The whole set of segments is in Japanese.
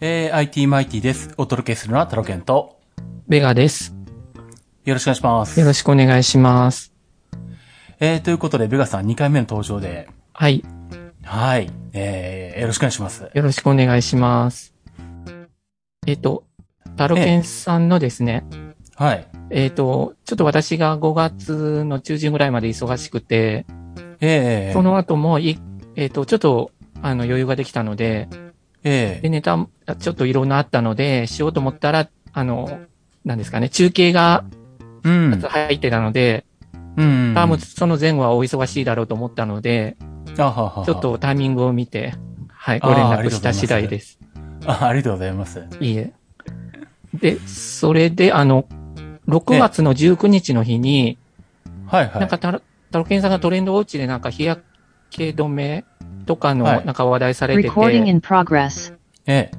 えー、IT マイティです。お届けするのはタロケンと、ベガです。よろしくお願いします。よろしくお願いします。えー、ということで、ベガさん2回目の登場で、はい。はい、えー、よろしくお願いします。よろしくお願いします。えっ、と、タロケンさんのですね、はい。えっ、と、ちょっと私が5月の中旬ぐらいまで忙しくて、えー、その後もい、えっ、と、ちょっと、あの、余裕ができたので、えで、ネタ、ちょっといろんなあったので、しようと思ったら、あの、なんですかね、中継がー、うん、入ってたので、うん。多分その前後はお忙しいだろうと思ったので、あはははちょっ。とタイミングを見て、はい、ご連あーありがとう絡ごしざいたます次第です。あ、ありがとうございます。いいえ。で、それで、あの、6月の19日の日に、はいはい。なんかタロ、タロケンさんがトレンドウォッチでなんか日焼け止めとかのはいなんか話題されてて、 Recording in progress. え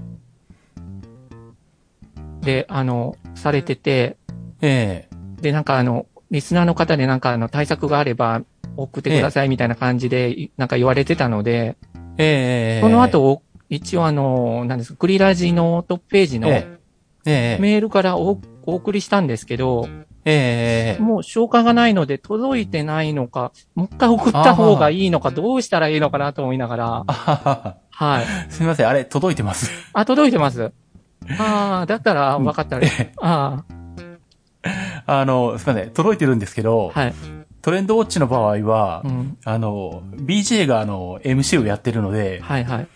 で、あの、されてて、ー、えで、なんかあの、リスナーの方でなんかあの、対策があれば送ってくださいみたいな感じで、いなんか言われてたので、ー、えー、その後、一応あの、なんですか、クリラジのトップページのえー、えー、メールからおお送りしたんですけど、えー、もう消化がないので届いてないのか、もう一回送った方がいいのか、どうしたらいいのかなと思いながら、あはははい。はすみません、あれ、届いてます。 あ、届いてます。 ああ、だったら分かったです。ああの、すみません、届いてるんですけど、あ、はい。トレンドウォッチの場合は、うん。あの、BJ があの、MC をやってるので、はい はい。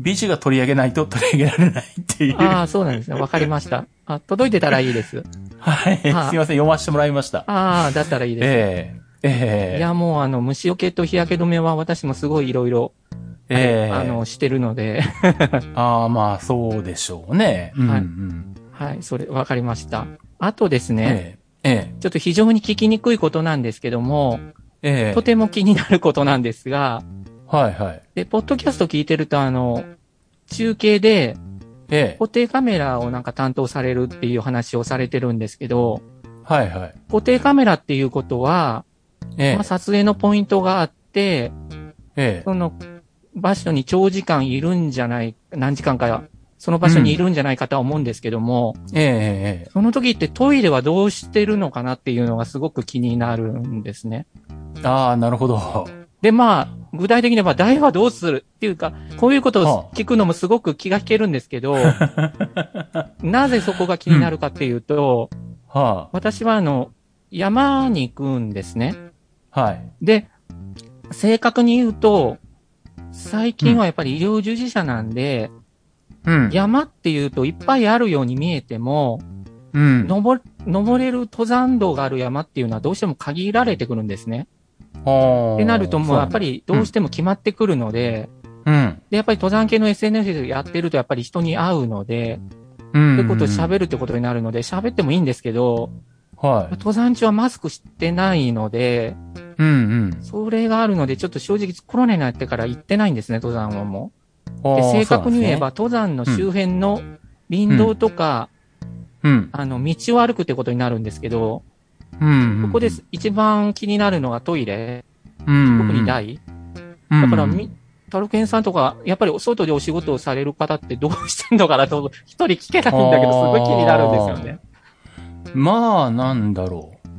BJ が取り上げないと取り上げられないっていう。あはあ、そうなんですね。分かりました。あ、届いてたらいいです。い。すいません、読ませてもらいました。ああ、だったらいいです。ええええいや、もうあの、虫除けと日焼け止めは私もすごいいろいろ、ええあの、してるので、 ああ、まあ、そうでしょうね。うん、うはいん。はい、それ分かりました。あとですね、えええちょっと非常に聞きにくいことなんですけども、えええとても気になることなんですが、はいはい。で、ポッドキャスト聞いてると、あの、中継でええ固定カメラをなんか担当されるっていう話をされてるんですけど、はいはい。固定カメラっていうことは、ええまあ、撮影のポイントがあって、ええその場所に長時間いるんじゃない、何時間か、その場所にいるんじゃないかとは思うんですけども、ええええその時ってトイレはどうしてるのかなっていうのがすごく気になるんですね。ああ、なるほど。で、まあ、具体的に言えば台はどうするっていうか、こういうことを聞くのもすごく気が引けるんですけ ど、なぜそこが気になるかっていうと、は私はあの、山に行くんですね。あ。はい。で、正確に言うと、最近はやっぱり医療従事者なんで、うん。山っていうといっぱいあるように見えても、うん。登れ登れる登山道がある山っていうのはどうしても限られてくるんですね。はあってなるともうやっぱ、りどうしても決まってくるので、そうなんだで、やっぱり登山系の SNS でやってるとやっぱり人に会うので、うん。うん。ってことをる。喋るってことになるので、喋ってもいいんですけど、はい。登山中はマスクしてないので、うんうん。それがあるので、ちょっと正直コロナになってから行ってないんですね、登山はもう。はであ正確に言え、ば、そ登山の周辺の林道とか、うなんですねあの、道を歩くってことになるんですけど、うん。うん。ここで、す一番気になるのがトイレ、うん。特に台。だから、み、タロケンさんとか、やっぱりお外でお仕事をされる方ってどうしてんのかなと、一人聞けないんだけど、すごい気になるんですよね。まあ、なんだろう。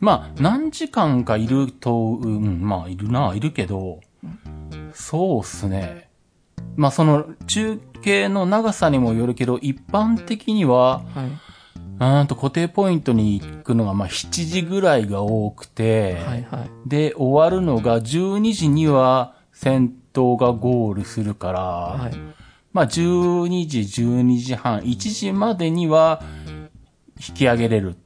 まあ、何時間かいると、うん、まあ、いるな、いるけど、そうっすね。まあ、その、中継の長さにもよるけど、一般的には、はい。うーんと固定ポイントに行くのが、まあ、7時ぐらいが多くて、はいはい。で、終わるのが12時には、先頭がゴールするから、はい。まあ、12時、12時半、1時までには引き上げれる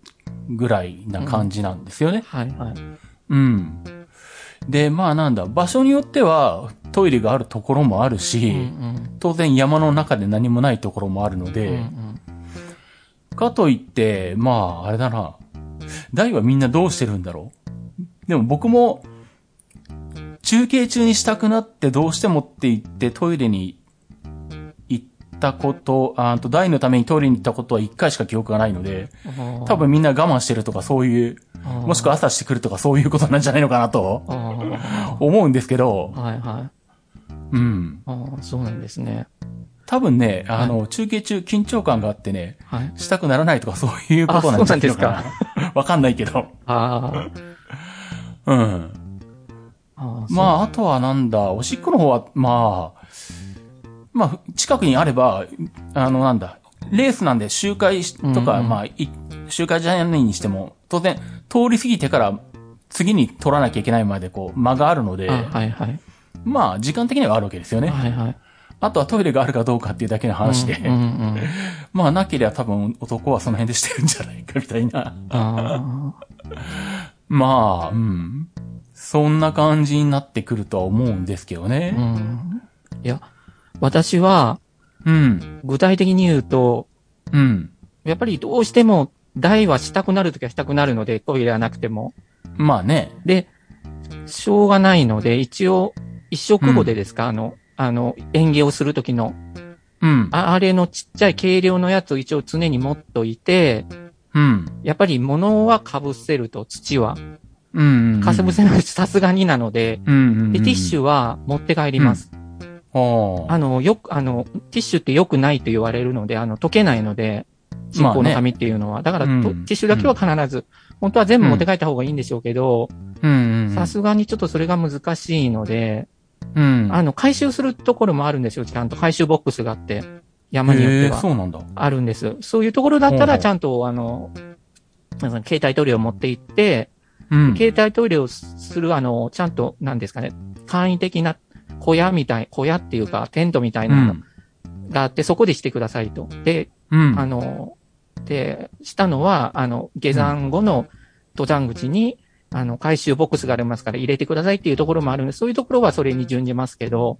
ぐらいな感じなんですよね。はいはい。うん。で、まあなんだ、場所によってはトイレがあるところもあるし、うんうん。当然山の中で何もないところもあるのうんうで、ん。かといって、まああれだな、大はみんなどうしてるんだろうでも僕も、中継中にしたくなってどうしてもって言ってトイレに行ったこと、ああと大のためにトイレに行ったことは一回しか記憶がないので、多分みんな我慢してるとかそういう、あー、もしくは朝してくるとかそういうことなんじゃないのかなとあー思うんですけど、はいはい。うん。ああ、そうなんですね。多分ね、あの、中継中緊張感があってね、はい。したくならないとかそういうことなんじゃないのあかな。 わかんないけど。あーうん。あー。まあ、あとはなんだ、おしっこの方は、まあ、まあ、近くにあれば、あの、なんだ、レースなんで周回しとか、うんうんまあ、い周回じゃないにしても、当然、通り過ぎてから、次に取らなきゃいけないまで、こう、間があるので、そう。あはいはい。まあ、時間的にはあるわけですよね。はいはい。あとはトイレがあるかどうかっていうだけの話で、うんうんうん。まあ、なければ多分男はその辺でしてるんじゃないか、みたいな。ああ。まあ、うん。そんな感じになってくるとは思うんですけどうね。ん。いや、私は、うん。具体的に言うと、うん。やっぱりどうしても、台はしたくなるときはしたくなるので、トイレはなくても。まあね。で、しょうがないので、一応、一食後でですか、あの、あの、演芸をするときの、うん。ああれのちっちゃい軽量のやつを一応常に持っといて、うん。やっぱり物は被せると、土は。うん。かせぶせないとさすがになので、うん。うん。で、ティッシュュ。は持って帰ります。ああの、よく、あの、ティッシュって良くないと言われるので、あの、溶けないので、信仰まあのね紙っていうのは。だから、とうんティッシュだけは必ず、本当は全部持って帰った方がいいんでしょうけど、あ。うん。うんさすがにちょっとそれが難しいので、うん。あの、回収するところもあるんですよ。ちゃんと回収ボックスがあって、山によっへてえ、は。そうなんだ。あるんです。そういうところだっほたうほら、うちゃんと、あの、なんか携帯トイレを持って行って、うん。携帯トイレをする、あの、ちゃんと、なんですかね、簡易的な小屋みたい、小屋っていうか、テントみたいうなのん。があって、そこでしてくださいと。で、うん。あの、で、したのは、あの、下山後の登山口に、あの、回収ボックスがありますから入れてくださいっていうところもあるんで、そういうところはそれに準じますけど、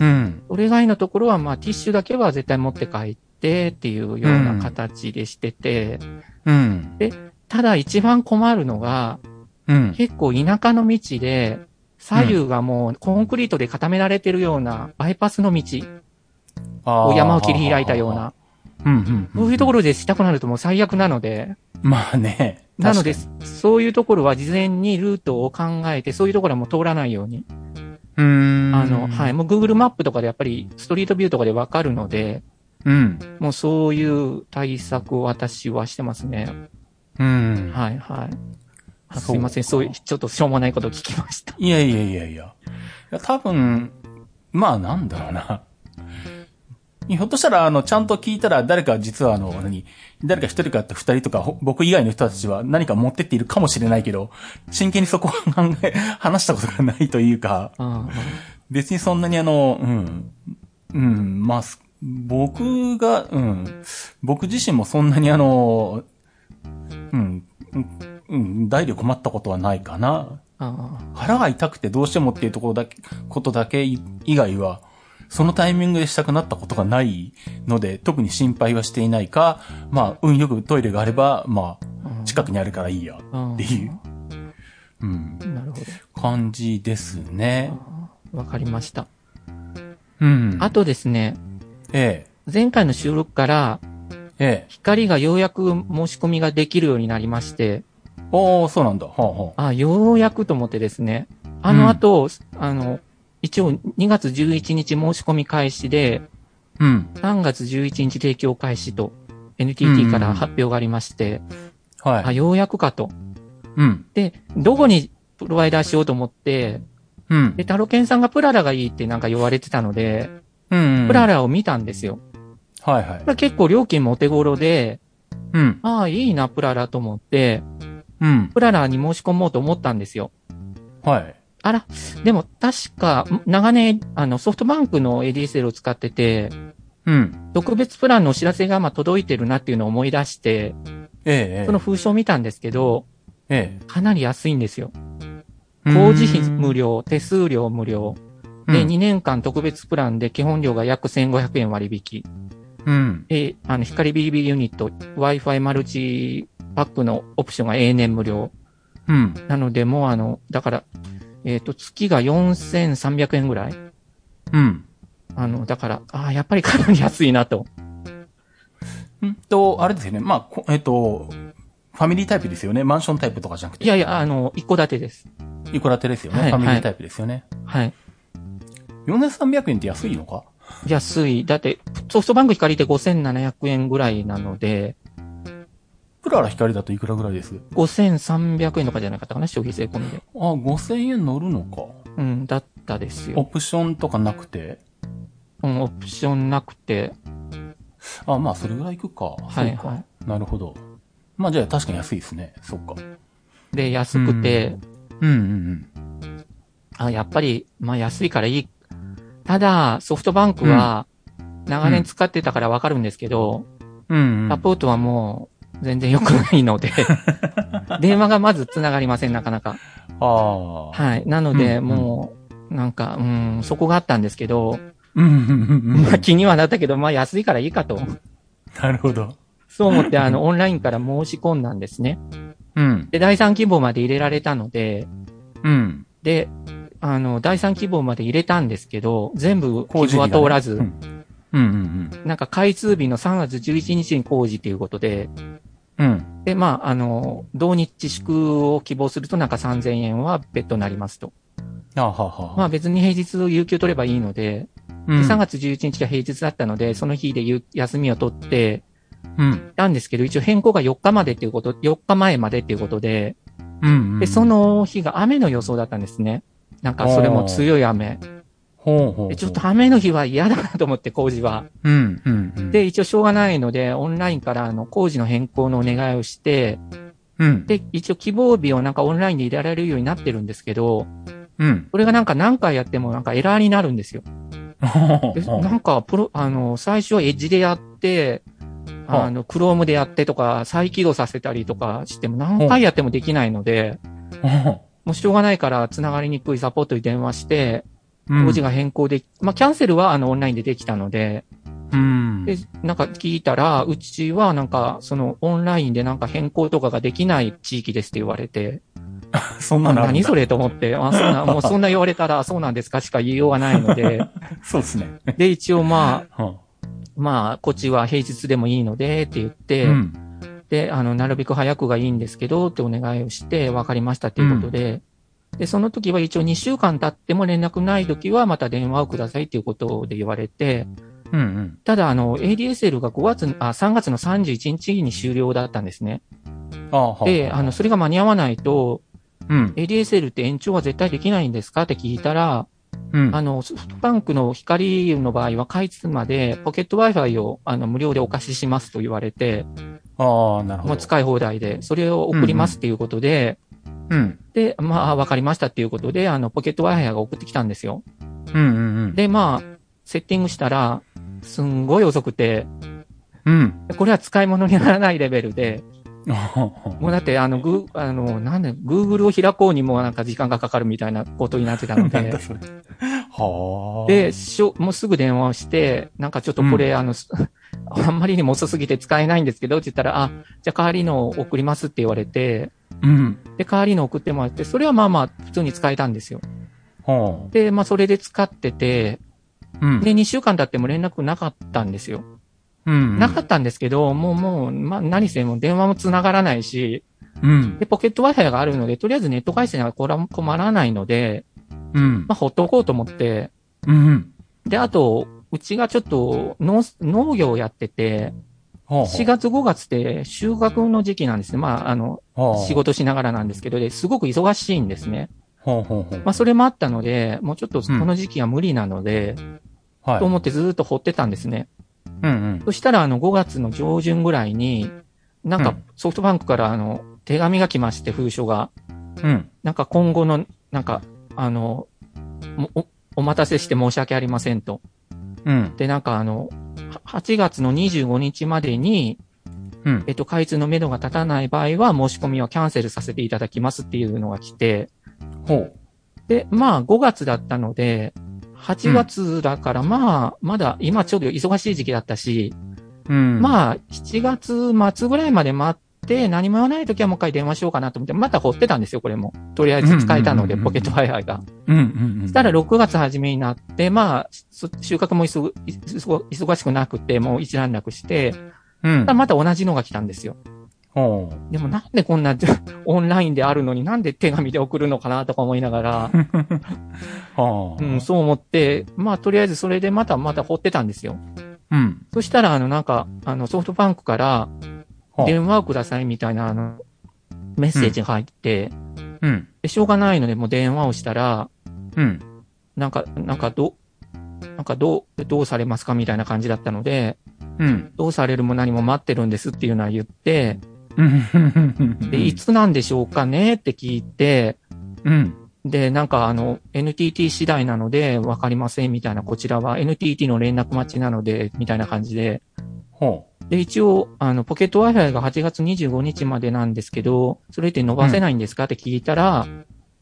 うん。それ以外のところは、まあ、ティッシュだけは絶対持って帰ってっていうような形でしてて、うん。ただ一番困るのが、うん。結構田舎の道で、左右がもうコンクリートで固められてるようなバイパスの道を山を切り開いたような、うん。うん。そういうところ。ろでしたくなるともう最悪なので、まあね。なので、そういうところは事前にルートを考えて、そういうところはもう通らないように。確かに。うん。あの、はい。。もう Google マップとかでやっぱりストリートビューとかでわかるので、うん。もうそういう対策を私はしてますね。うん。はい、はいあ。そすういません。そういう、ちょっとしょうもないことを聞きました。いやいやいやいや。いや多分、まあなんだろうな。ひょっとしたら、あの、ちゃんと聞いたら、誰か実はあの、何、誰か一人か二人とか、ほ僕以外の人たちは何か持ってっているかもしれないけど、真剣にそこは考え、話したことがないというか、あ別にそんなにあの、うん、うん、まあ、す僕が、うん、僕自身もそんなにあの、うん、うんうん、大で困ったことはないかな。あ、あ腹が痛くてどうしてもっていうところだけ、ことだけ以外は、そのタイミングでしたくなったことがないので、特に心配はしていないか、まあ、運よくトイレがあれば、まあ。あ、近くにあるからいいや、っっていう、うん、なるほど。感じですね。わかりました。うん。あとですね、え前回の収録から、え、ええ。光がようやく申し込みができるようになりまして、おー、そうなんだ。はあ、はあ。あ、ようやくと思ってですね、あの後、あの、一応2月11日申し込み開始で、うん。 3月11日提供開始と、NTT から発表がありまして、はい。あ、ようやくかと。うん。で、どこにプロバイダーしようと思って、うんで、。タロケンさんがプララがいいってなんか言われてたので、うん。プラ。ラを見たんですよ。はいはいこ。れ結構料金もお手頃で、うん。ああ、いいな、プララと思って、うん。プララに申し込もうと思ったんですよ。はい。あら、でも確か、ん長年、あの、ソフトバンクの ADSL を使ってて、うん。特別プランのお知らせが、まあ、届いてるなっていうのを思い出して、ええ、ええ。その封書を見たんですけど、えかなり安いんですよ。え。工事費無料、手数料無料。うんで、2年間特別プランで基本料が約1500円割引。うん。で、あの、光ビリビリユニット、Wi-Fi マルチパックのオプションが永年無料。うん。なので、もうあの、だから、えっ、と、月が4300円ぐらい。うん。あの、だから、ああ、やっぱりかなり安いなと。うんと、あれですよね。まあこ、えっと、ファミリータイプですよね。マンションタイプとかじゃなくいて、やいや、あの、一戸建てです。いくら手ですよね。はいファミリータイプですよね。はい。 4300円って安いのか安い。だって、ソフトバンク光で5700円ぐらいなので、プララ光だといくらぐらいです5300円とかじゃなかったかな、消費税込みで。あ、5000円乗るのか。うん、だったですオよ。プションとかなくて。うん、オプションなくて。あ、まあ、それぐらいいくか。はいそうかはなるほど。まあ、じゃあ確かに安いですね。そっか。い。で、安くて、うんうんあ、やっぱり、まあ安いからいい。ただ、ソフトバンクは、長年使ってたからわかるんですけど、うん。うん、うサん。ポートはもう、全然良くないので、 電話がまず繋がりません、なかなか。ああ。はい。なので、うんもう、なんか、うん、そこがあったんですけど、うんうんうんまあ気にはなったけど、まあ安いからいいかと。なるほど。そう思って、あの、オンラインから申し込んだんですね。うん。で、第3希望まで入れられたので、うん。で、あの、第3希望まで入れたんですけど、全部希望はがね通らず、うんうんうんなんか開通日の3月11日に工事ということで、うん。うん。で、まあ、あの、同日自粛を希望するとなんか3000円は別途なりますと。あはは。まあ別に平日有給取ればいいので、うでん、 3月11日が平日だったので、その日で有休みを取って、うん。たんですけど、一応変更が4日までっていうこと、4日前までっていうことで、うん。で、そ、の日が雨の予想だったんですね。なんかそれも強い雨。ほうほうほうでちょっと、雨の日は嫌だなと思って工事は。うんうんうん。、で、一応しょうがないので、オンラインからあの工事の変更のお願いをして、うん。で、一応希望日をなんかオンラインで入れられるようになってるんですけど、うん。これがなんか何回やってもなんかエラーになるんですよ。でなんかプロ、あの、最初はエッジでやって、はああの、クロームでやってとか、再起動させたりとかしても何回やってもできないので、もうしょうがないから繋がりにくいサポートに電話して、うん。文字が変更でき、まあ、キャンセルはあの、オンラインでできたので、うん。で、なんか聞いたら、うちはなんか、その、オンラインでなんか変更とかができない地域ですって言われて、そんなあのあるんだ何それと思って、あ、そうな、もうそんな言われたら、あそうなんですかしか言いようがない ので、そうですね。で、一応まはあ、まあ、こっちは平日でもいいので、って言って、うん。で、あの、なるべく早くがいいんですけど、ってお願いをして、わかりましたっていうことで、で、その時は一応2週間経っても連絡ない時は、また電話をくださいっていうことで言われて、うんうん。ただ、あの、ADSL が5月の、あ、3月の31日に終了だったんですね。あははで、あの、それが間に合わないと、うん。 ADSL って延長は絶対できないんですかって聞いたら、うん。あの、ソフトバンクの光の場合は、開通までポケット Wi-Fi をあの無料でお貸ししますと言われて、ああ、なるほど。もう使い放題で、それを送りますっていうことで、うん。で、まあ、わかりましたっていうことで、あの、ポケット Wi-Fi が送ってきたんですよ。うんうんうん。、で、まあ、セッティングしたら、すんごい遅くて、うん。これは使い物にならないレベルで、もうだって、あの、グー、あの、なんで、Google を開こうにもなんか時間がかかるみたいなことになってたの なんでだ、それ。はあ。で、しょ、もうすぐ電話をして、なんかちょっとこれ、あの、す あんまりにも遅すぎて使えないんですけど、って言ったら、あ、じゃあ代わりのを送りますって言われて、うん。で、代わりのを送ってもらって、それはまあまあ、普通に使えたんですよ。はで、まあ、それで使ってて、あ。うん。で、2週間経っても連絡なかったんですよ。うん。なかったんですけど、もう、もう、まあ、何せもう電話も繋がらないし、うん。で、ポケット Wi-Fi があるので、とりあえずネット回線はこれは困らないので、うん。まあ、ほっとこうと思って、うん。で、あと、うちがちょっと農、農業をやってて、は4月5月って収穫の時期なんですね。まあ、あの、は仕。事しながらなんですけど、ですごく忙しいんですね。はあはあはまあ、それもあったので、もうちょっとこの時期は無理なので、あ。はい。と思ってずっと掘ってたんですね。うんそしたら、あの、5月の上旬ぐらいに、なんうかんソフトバンクから、あの、手紙が来まして、封書が。うん。うん。なんか今後の、なんか、あの、もお、お待たせして申し訳ありませんと。うん。で、なんかあの、は8月の25日までに、うん。えっと、開通のめどが立たない場合は、申し込みをキャンセルさせていただきますっていうのが来て、ほう。で、まあ、5月だったので、8月だから、まあ、まだ、今ちょうど忙しい時期だったし、うん。あ。まあ、7月末ぐらいまで待って、何も言わない時はもう一回電話しようかなと思って、また掘ってたんですよ、これも。とりあえず使えたので、うんうんうんうポんケット Wi-Fi が。うんうんうん。そしたら6月初めになって、まあ、そ収穫も忙い忙忙しくなくて、もう一段落して、うんただ。また同じのが来たんですよ。ほでもなんでこんな オンラインであるのになんで手紙で送るのかなとか思いながら、う。はあ。うん、そう思って、まあとりあえずそれでまたまた掘ってたんですよ。うん。そしたらあのなんか、あのソフトバンクからはあ電話をくださいみたいなあのメッセージが入って、うん。でしょうがないのでもう電話をしたら、うん。なんか、なんかど、なんかどう、どうされますかみたいな感じだったので、うん。どうされるも何も待ってるんですっていうのは言って、うん。で、いつなんでしょうかねって聞いて、うん。で、なんかあの、NTT 次第なので分かりませんみたいな、こちらは NTT の連絡待ちなので、みたいな感じで。ほで、一応、あの、ポケット Wi-Fi が8月25日までなんですけど、それって伸ばせないんですかって聞いたら、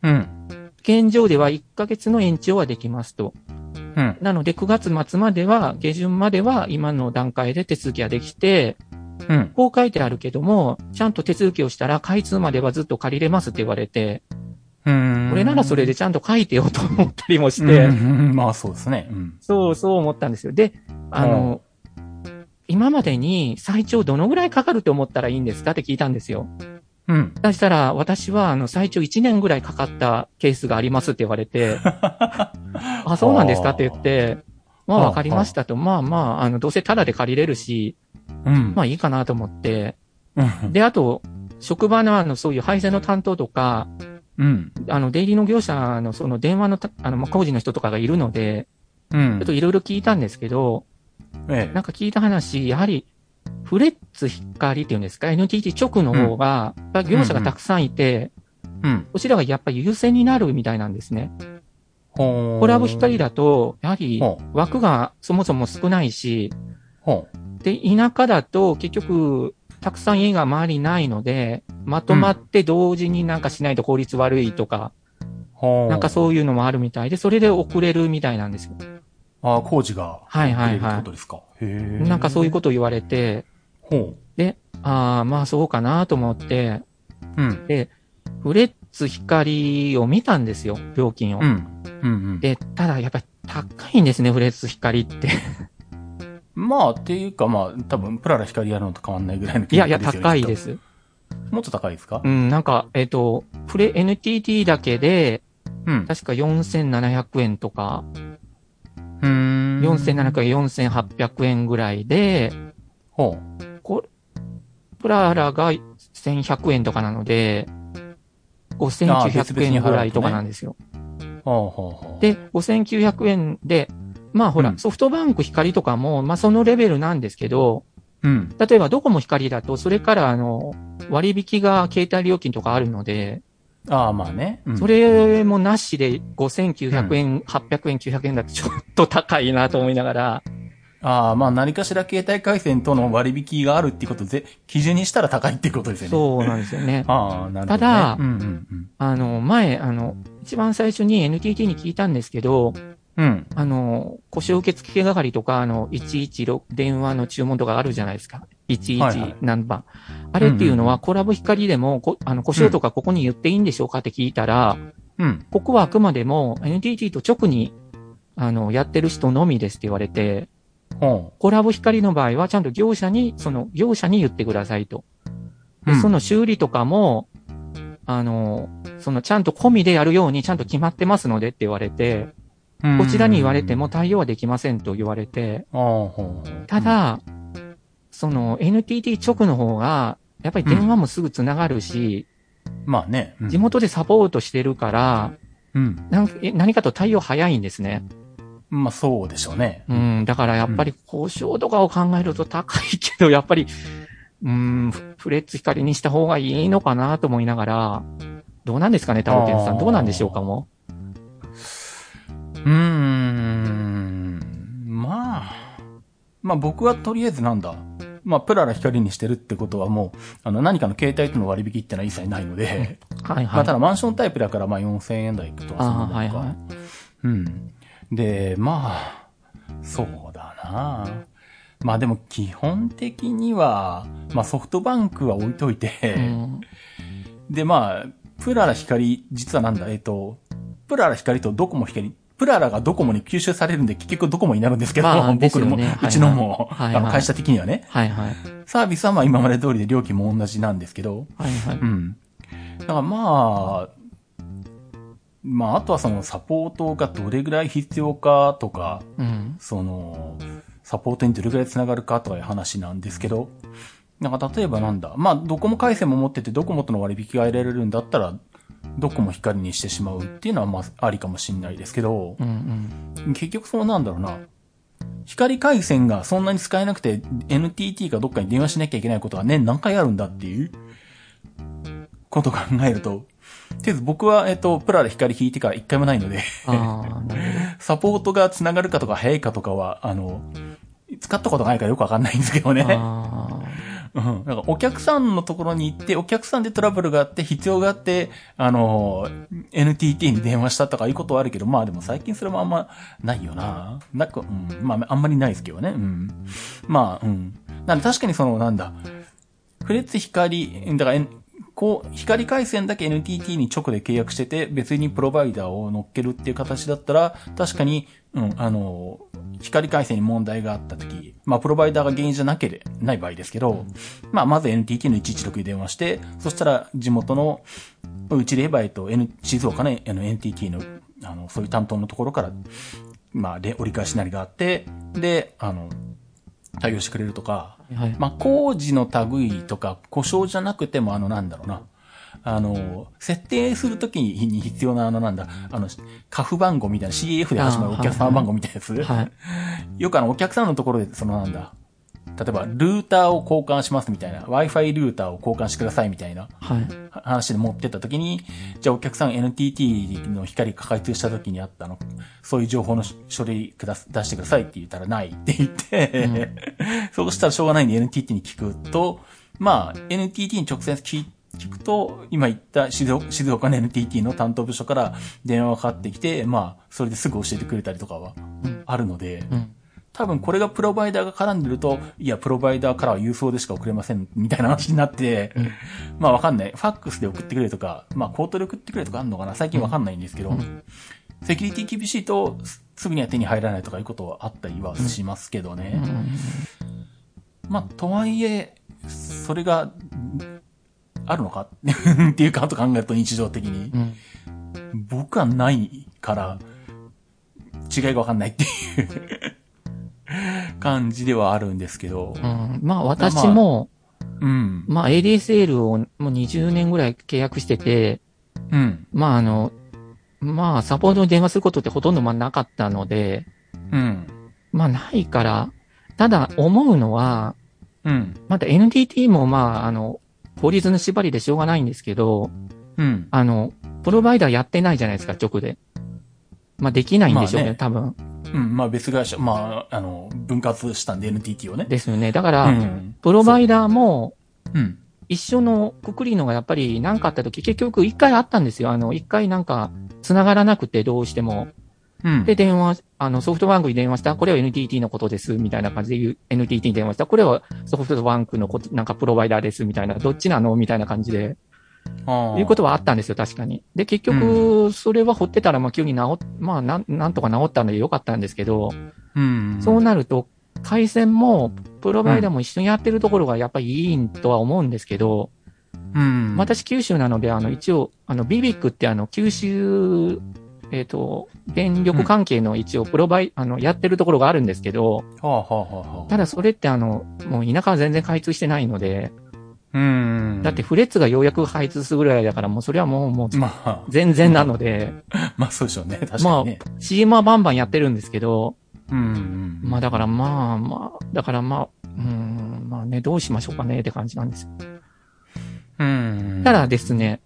う。うん。現状では1ヶ月の延長はできますと。うん。なので、9月末までは、下旬までは今の段階で手続きができて、うん。こう書いてあるけども、ちゃんと手続きをしたら開通まではずっと借りれますって言われて、うん。これならそれでちゃんと書いてよと思ったりもして、うんまあそうですね。うん。そうそう思ったんですよ。で、あの、今までに最長どのぐらいかかると思ったらいいんですかって聞いたんですよ。うん。そしたら、私はあの最長1年ぐらいかかったケースがありますって言われて、 あ、そうなんですかって言って、まあはあわかりましたと。まあまあ、あの、どうせタダで借りれるし、うん。まあいいかなと思って。うん。で、あと、職場のあの、そういう配膳の担当とか、うん。あの、出入りの業者のその電話のた、あの、まあ工事の人とかがいるので、うん。ちょっといろいろ聞いたんですけど、えなんか聞いた話、やはり、フレッツ光っていうんですか、NTT 直の方が、業者がたくさんいて、え。うん。こちらがやっぱり優先になるみたいなんですね。ほう。コラボ光だと、やはりほ枠がそもそも少ないし、ほで、田舎だと結局、たくさん家が周りないので、まとまって同時になんかしないと効率悪いとか、う。ほう。なんかそういうのもあるみたいで、それで遅れるみたいなんですよ。ああ、工事が。はいはいっはいてことですか。へえ。なんかそういうこことを言われて、と。ほで、ああ、まあそうかなと思って、う。うん。フレッツ光を見たんですよ、料金をう。ん。うんうん。で、ただやっぱり高いんですね、フレッツ光って。まあ、っていうかまあ、多分、プララ光やるのと変わんないぐらいのいやいや、金額よね高いで。きっす。ともっと高いですかうん、なんか、えっ、と、フレ、NTT だけで、うん。確か4700円とか、うーん。 4700円、4800円ぐらいで、ほプララが1100円とかなので、5900円ぐらいとかなんですよ。う。ほうほうほう。、で、5900円で、まあほら、うんソフトバンク光とかも、まあそのレベルなんですけど、うん。例えばドコモ光だと、それからあの、割引が携帯料金とかあるので、ああ、まあね。うんそ、れもなしで5900円、800円、900円だとちょっと高いなと思いながら、ああ、まあ何かしら携帯回線との割引があるっていうことで、基準にしたら高いっていうことですよね。う。そうなんですよ ね。ああ、なるほど、ね。ただうんうんあの、前、あの、一番最初に NTT に聞いたんですけど、うん。うん。あの、故障受付係とか、あの、116電話の注文とかあるじゃないですか。はいはい11何番。あれっていうのは、コラボ光でも、こあの、故障とかここに言っていいんでしょうかって聞いたら、うん。ここはあくまでも NTT と直に、あの、やってる人のみですって言われて、ほコラボ光の場合はちゃんと業者に、その業者に言ってくださいと。う。で、その、の修理とかも、あの、そのちゃんと込みでやるようにちゃんと決まってますのでって言われて、うんこちらに言われて。も対応はできませんと言われて、ああ、ほう。た、だ、その NTT 直の方が、やっぱり電話もすぐつながるし、まあね。うん地。元でサポートしてるから、うん。なん何かと対応早いんですね。まあそうでしょうね。うん、だからやっぱり交渉とかを考えると高いけど、やっぱり、うん、フフレッツ光にした方がいいのかなと思いながら、どうなんですかね、タロケンさあん。ーどうなんでしょうかもうーん。まあ。まあ僕はとりあえずなんだ。まあ、プララ光にしてるってことはもう、あの、何かの携帯との割引ってのは一切ないので、う。はいまはあ、いた。だマンションタイプだから、まあ、4000円台とか、あそーんなもんかはいはいうん。で、まあ、そうだな。まあでも基本的には、まあソフトバンクは置いといて、うんでまあ、プララ光、実はなんだ、えっ、と、プララ光とドコモ光、プララがドコモに吸収されるんで、結局ドコモになるんですけど、まあです僕よのねも、はいはいうちのも、はいはいあの会社的にはね、はいはい。サービスはまあ今まで通りで料金も同じなんですけど、はいはい。うん。だからまあ、まあ、あとはそのサポートがどれぐらい必要かとか、うん。その、サポートにどれぐらい繋がるかとかいう話なんですけど、なんか例えばなんだ、まあ、ドコモ回線も持ってて、ドコモとの割引が得られるんだったら、ドコモ光にしてしまうっていうのは、まあ、ありかもしんないですけどうんう、ん。結局そうなんだろうな。光回線がそんなに使えなくて、NTT がどっかに電話しなきゃいけないことが年何回あるんだっていう、ことを考えると、とりあえず僕は、えっと、プラで光引いてから一回もないので、 ああ、なるサポートが繋がるかとか早いかとかは、あの、使ったことないからよくわかんないんですけどほど。ね。あうん。なんかお客さんのところに行って、お客さんでトラブルがあって、必要があって、あの、NTT に電話したとかいうことはあるけど、まあでも最近それもあんまないよな。なく、うん。まああんまりないですけどね。うん。まあ、うん。なんで確かにその、なんだ、フレッツ光、だから、えこう、光回線だけ NTT に直で契約してて、別にプロバイダーを乗っけるっていう形だったら、確かに、うん、あの、光回線に問題があった時、まあ、プロバイダーが原因じゃなけれ、ない場合ですけど、まあ、まず NTT の116に電話して、そしたら地元の、うちで言えば、えっと、N、静岡の、あの NTT の、あの、そういう担当のところから、まあ、で、折り返しなりがあって、で、あの、対応してくれるとか、あ。はい。まあ、工事の類とか、故障じゃなくても、あの、なんだろうな。あの、設定するときに必要な、あの、なんだ、あの、カフ番号みたいな、CF で始まるあおー客様番号みたいなやつ。はい。よくあの、お客さんのところで、そのなんだ、例えば、ルーターを交換しますみたいな、Wi-Fi ルーターを交換してくださいみたいなはい。は話で持ってったときに、じゃあお客さん NTT の光が開通したときにあったの、そういう情報のし書類くだす出してくださいって言ったらないって言って、そうしたらしょうがないんで NTT に聞くと、まあ、NTT に直接聞聞くと、今言った静岡静岡の NTT の担当部署から電話がかかってきて、まあ、それですぐ教えてくれたりとかはうんあるので、うん。多分これがプロバイダーが絡んでると、いや、プロバイダーからは郵送でしか送れません、みたいな話になって、まあわかんない。ファックスで送ってくれとか、まあ口頭で送ってくれとかあるのかな最近わかんないんですけど、セキュリティ厳しいと、すすぐには手に入らないとかいうことはあったりはしますけどね。うんまあ、とはいえ、それが、んあるのか っていうか、と考えると日常的にう。ん。僕はないから、違いがわかんないっていう感じではあるんですけど。うん。まあ私も、うん。まあ ADSL をもう20年ぐらい契約してて、うん。まああの、まあサポートに電話することってほとんどまあなかったので、うん。まあないから、ただ思うのは、うん。まだ NTT もまああの、法律の縛りでしょうがないんですけど、うん。あの、プロバイダーやってないじゃないですか、直で。まあできないんでしょうまね、あね多分。うん。まあ別会社、まあ、あの、分割したんで NTT をね。ですよね。だかうら、ん。プロバイダーもうん。一緒のくくりのがやっぱり何かあった時、結局一回あったんですよ。あの、一回なんか繋がらなくてどうしても。うん。で、電話、あの、ソフトバンクに電話した、これは NTT のことです、みたいな感じで言う、NTT に電話した、これはソフトバンクのこと、なんかプロバイダーです、みたいな、どっちなのみたいな感じで、ああいうことはあったんですよ、確かに。で、結局、それは掘ってたら、まあ、急に治っ、まあ、なん、なんとか治ったので良かったんですけど、うん。そうなると、回線も、プロバイダーも一緒にやってるところがやっぱりいいとは思うんですけど、うん。まあ、私九州なので、あの、一応、あの、ビビックってあの、九州、えっ、と、電力関係の一応、プロバイ、あの、やってるところがあるんですけど、はあ、はあはあはあ、ただそれってあの、もう田舎は全然開通してないので、うん。だって、フレッツがようやく開通するぐらいだから、もうそれはもう、もう、ま全然なので、あ、まあそうでしょうね。確かまにね。あ、CM はバンバンやってるんですけど、うんうん。まあだからまあまあ、だからまあ、うーん、まあね、どうしましょうかねって感じなんです。うん。ただ、ですね、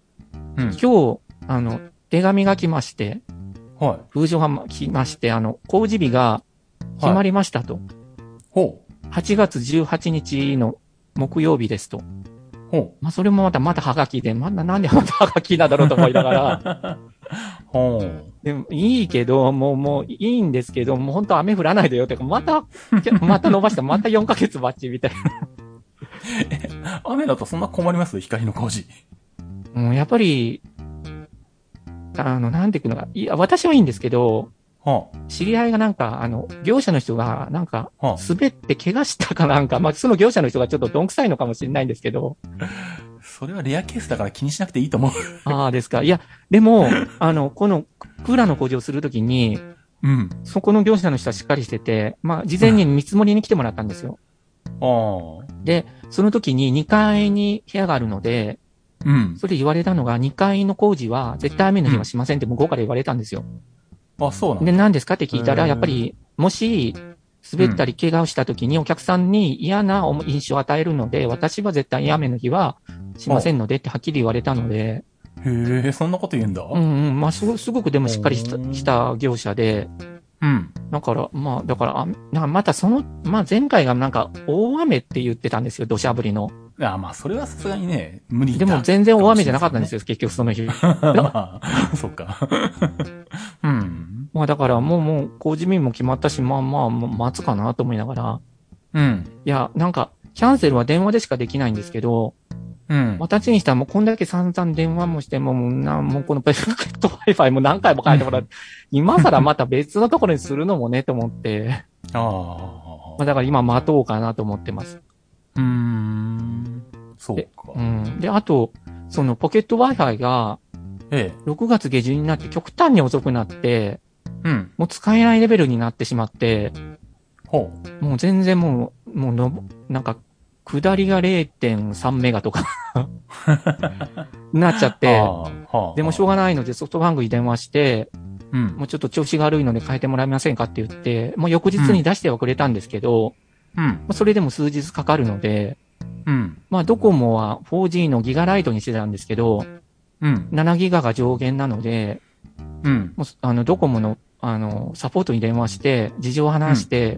うん。今日、あの、手紙が来まして、はい。封書が来まして、あの、工事日が決まりましたと。ほ8月18日の木曜日ですと。う。ほまあそれもまた、またハガキで、まだなんでまたハガキなんだろうと思いながら、う。ほう。でもいいけど、もう、もういいんですけど、もう本当雨降らないでよってか、また、 また伸ばした、また4ヶ月バッチみたい雨だとそんな困ります光の工事。な。うん、やっぱり、あの、なんていうのか、いや、私はいいんですけど、は知り合いがなんか、あの、業者の人が、なんか、あ、は滑って怪我したかなんか、まあ、その業者の人がちょっとどんくさいのかもしれないんですけど、あ、それはレアケースだから気にしなくていいと思う。ああですか。いや、でも、あの、このクーラーの工事をするときに、うん。そこの業者の人はしっかりしてて、まあ、事前に見積もりに来てもらったんですよ。あで、その時に2階に部屋があるので、あ、うん。それ言われたのが2階の工事は絶対雨の日はしませんって向こうから言われたんですよ。あ、そうなんで、だ。何ですかって聞いたへら、ーやっぱり、もし、滑ったり怪我をした時にお客さんに嫌な思い印象を与えるので、私は絶対に雨の日はしませんのでってはっきり言われたので、へえ、そんなこと言うんだ。うんうん、まあすごすごくでもしっかりしたへーした業者で、うん。だから、まあ、だから、あなまたその、まあ前回がなんか大雨って言ってたんですよ、土砂降りの。ああまあ、それはさすがにね、無理だでも全然大雨じゃなかったんですよ、結局その 日。まあ、 そっか。 うん。まあだからもうもう工事民も決まったし、まあまあもう待つかなと思いながら。うん。いや、なんか、キャンセルは電話でしかできないんですけど、うん。私にしたらもうこんだけ散々電話もしても、もうな、もうこのペフェクト Wi-Fi も何回も変えても らって、今更また別のところにするのもね、と思って、あまあ。あだから今待とうかなと思ってます。うーん。そううか。ん。で、あと、そのポケット Wi-Fi がええ。 6月下旬になって極端に遅くなって、うん。もう使えないレベルになってしまって、ほもう全然もう、もうのぼ、なんか、下りが0.3メガとか、なっちゃっう。て、ああはあでもしょうがないのでソフトバンクに電話して、うん。もうちょっと調子が悪いので変えてもらえませんかって言って、もう翌日に出してはくれたんですけど、うん。まあそれでも数日かかるので、うん。まあドコモは 4G のギガライトにしてたんですけど、うん。 7ギガが上限なので、うん。もうあのドコモのあのサポートに電話して、事情を話して、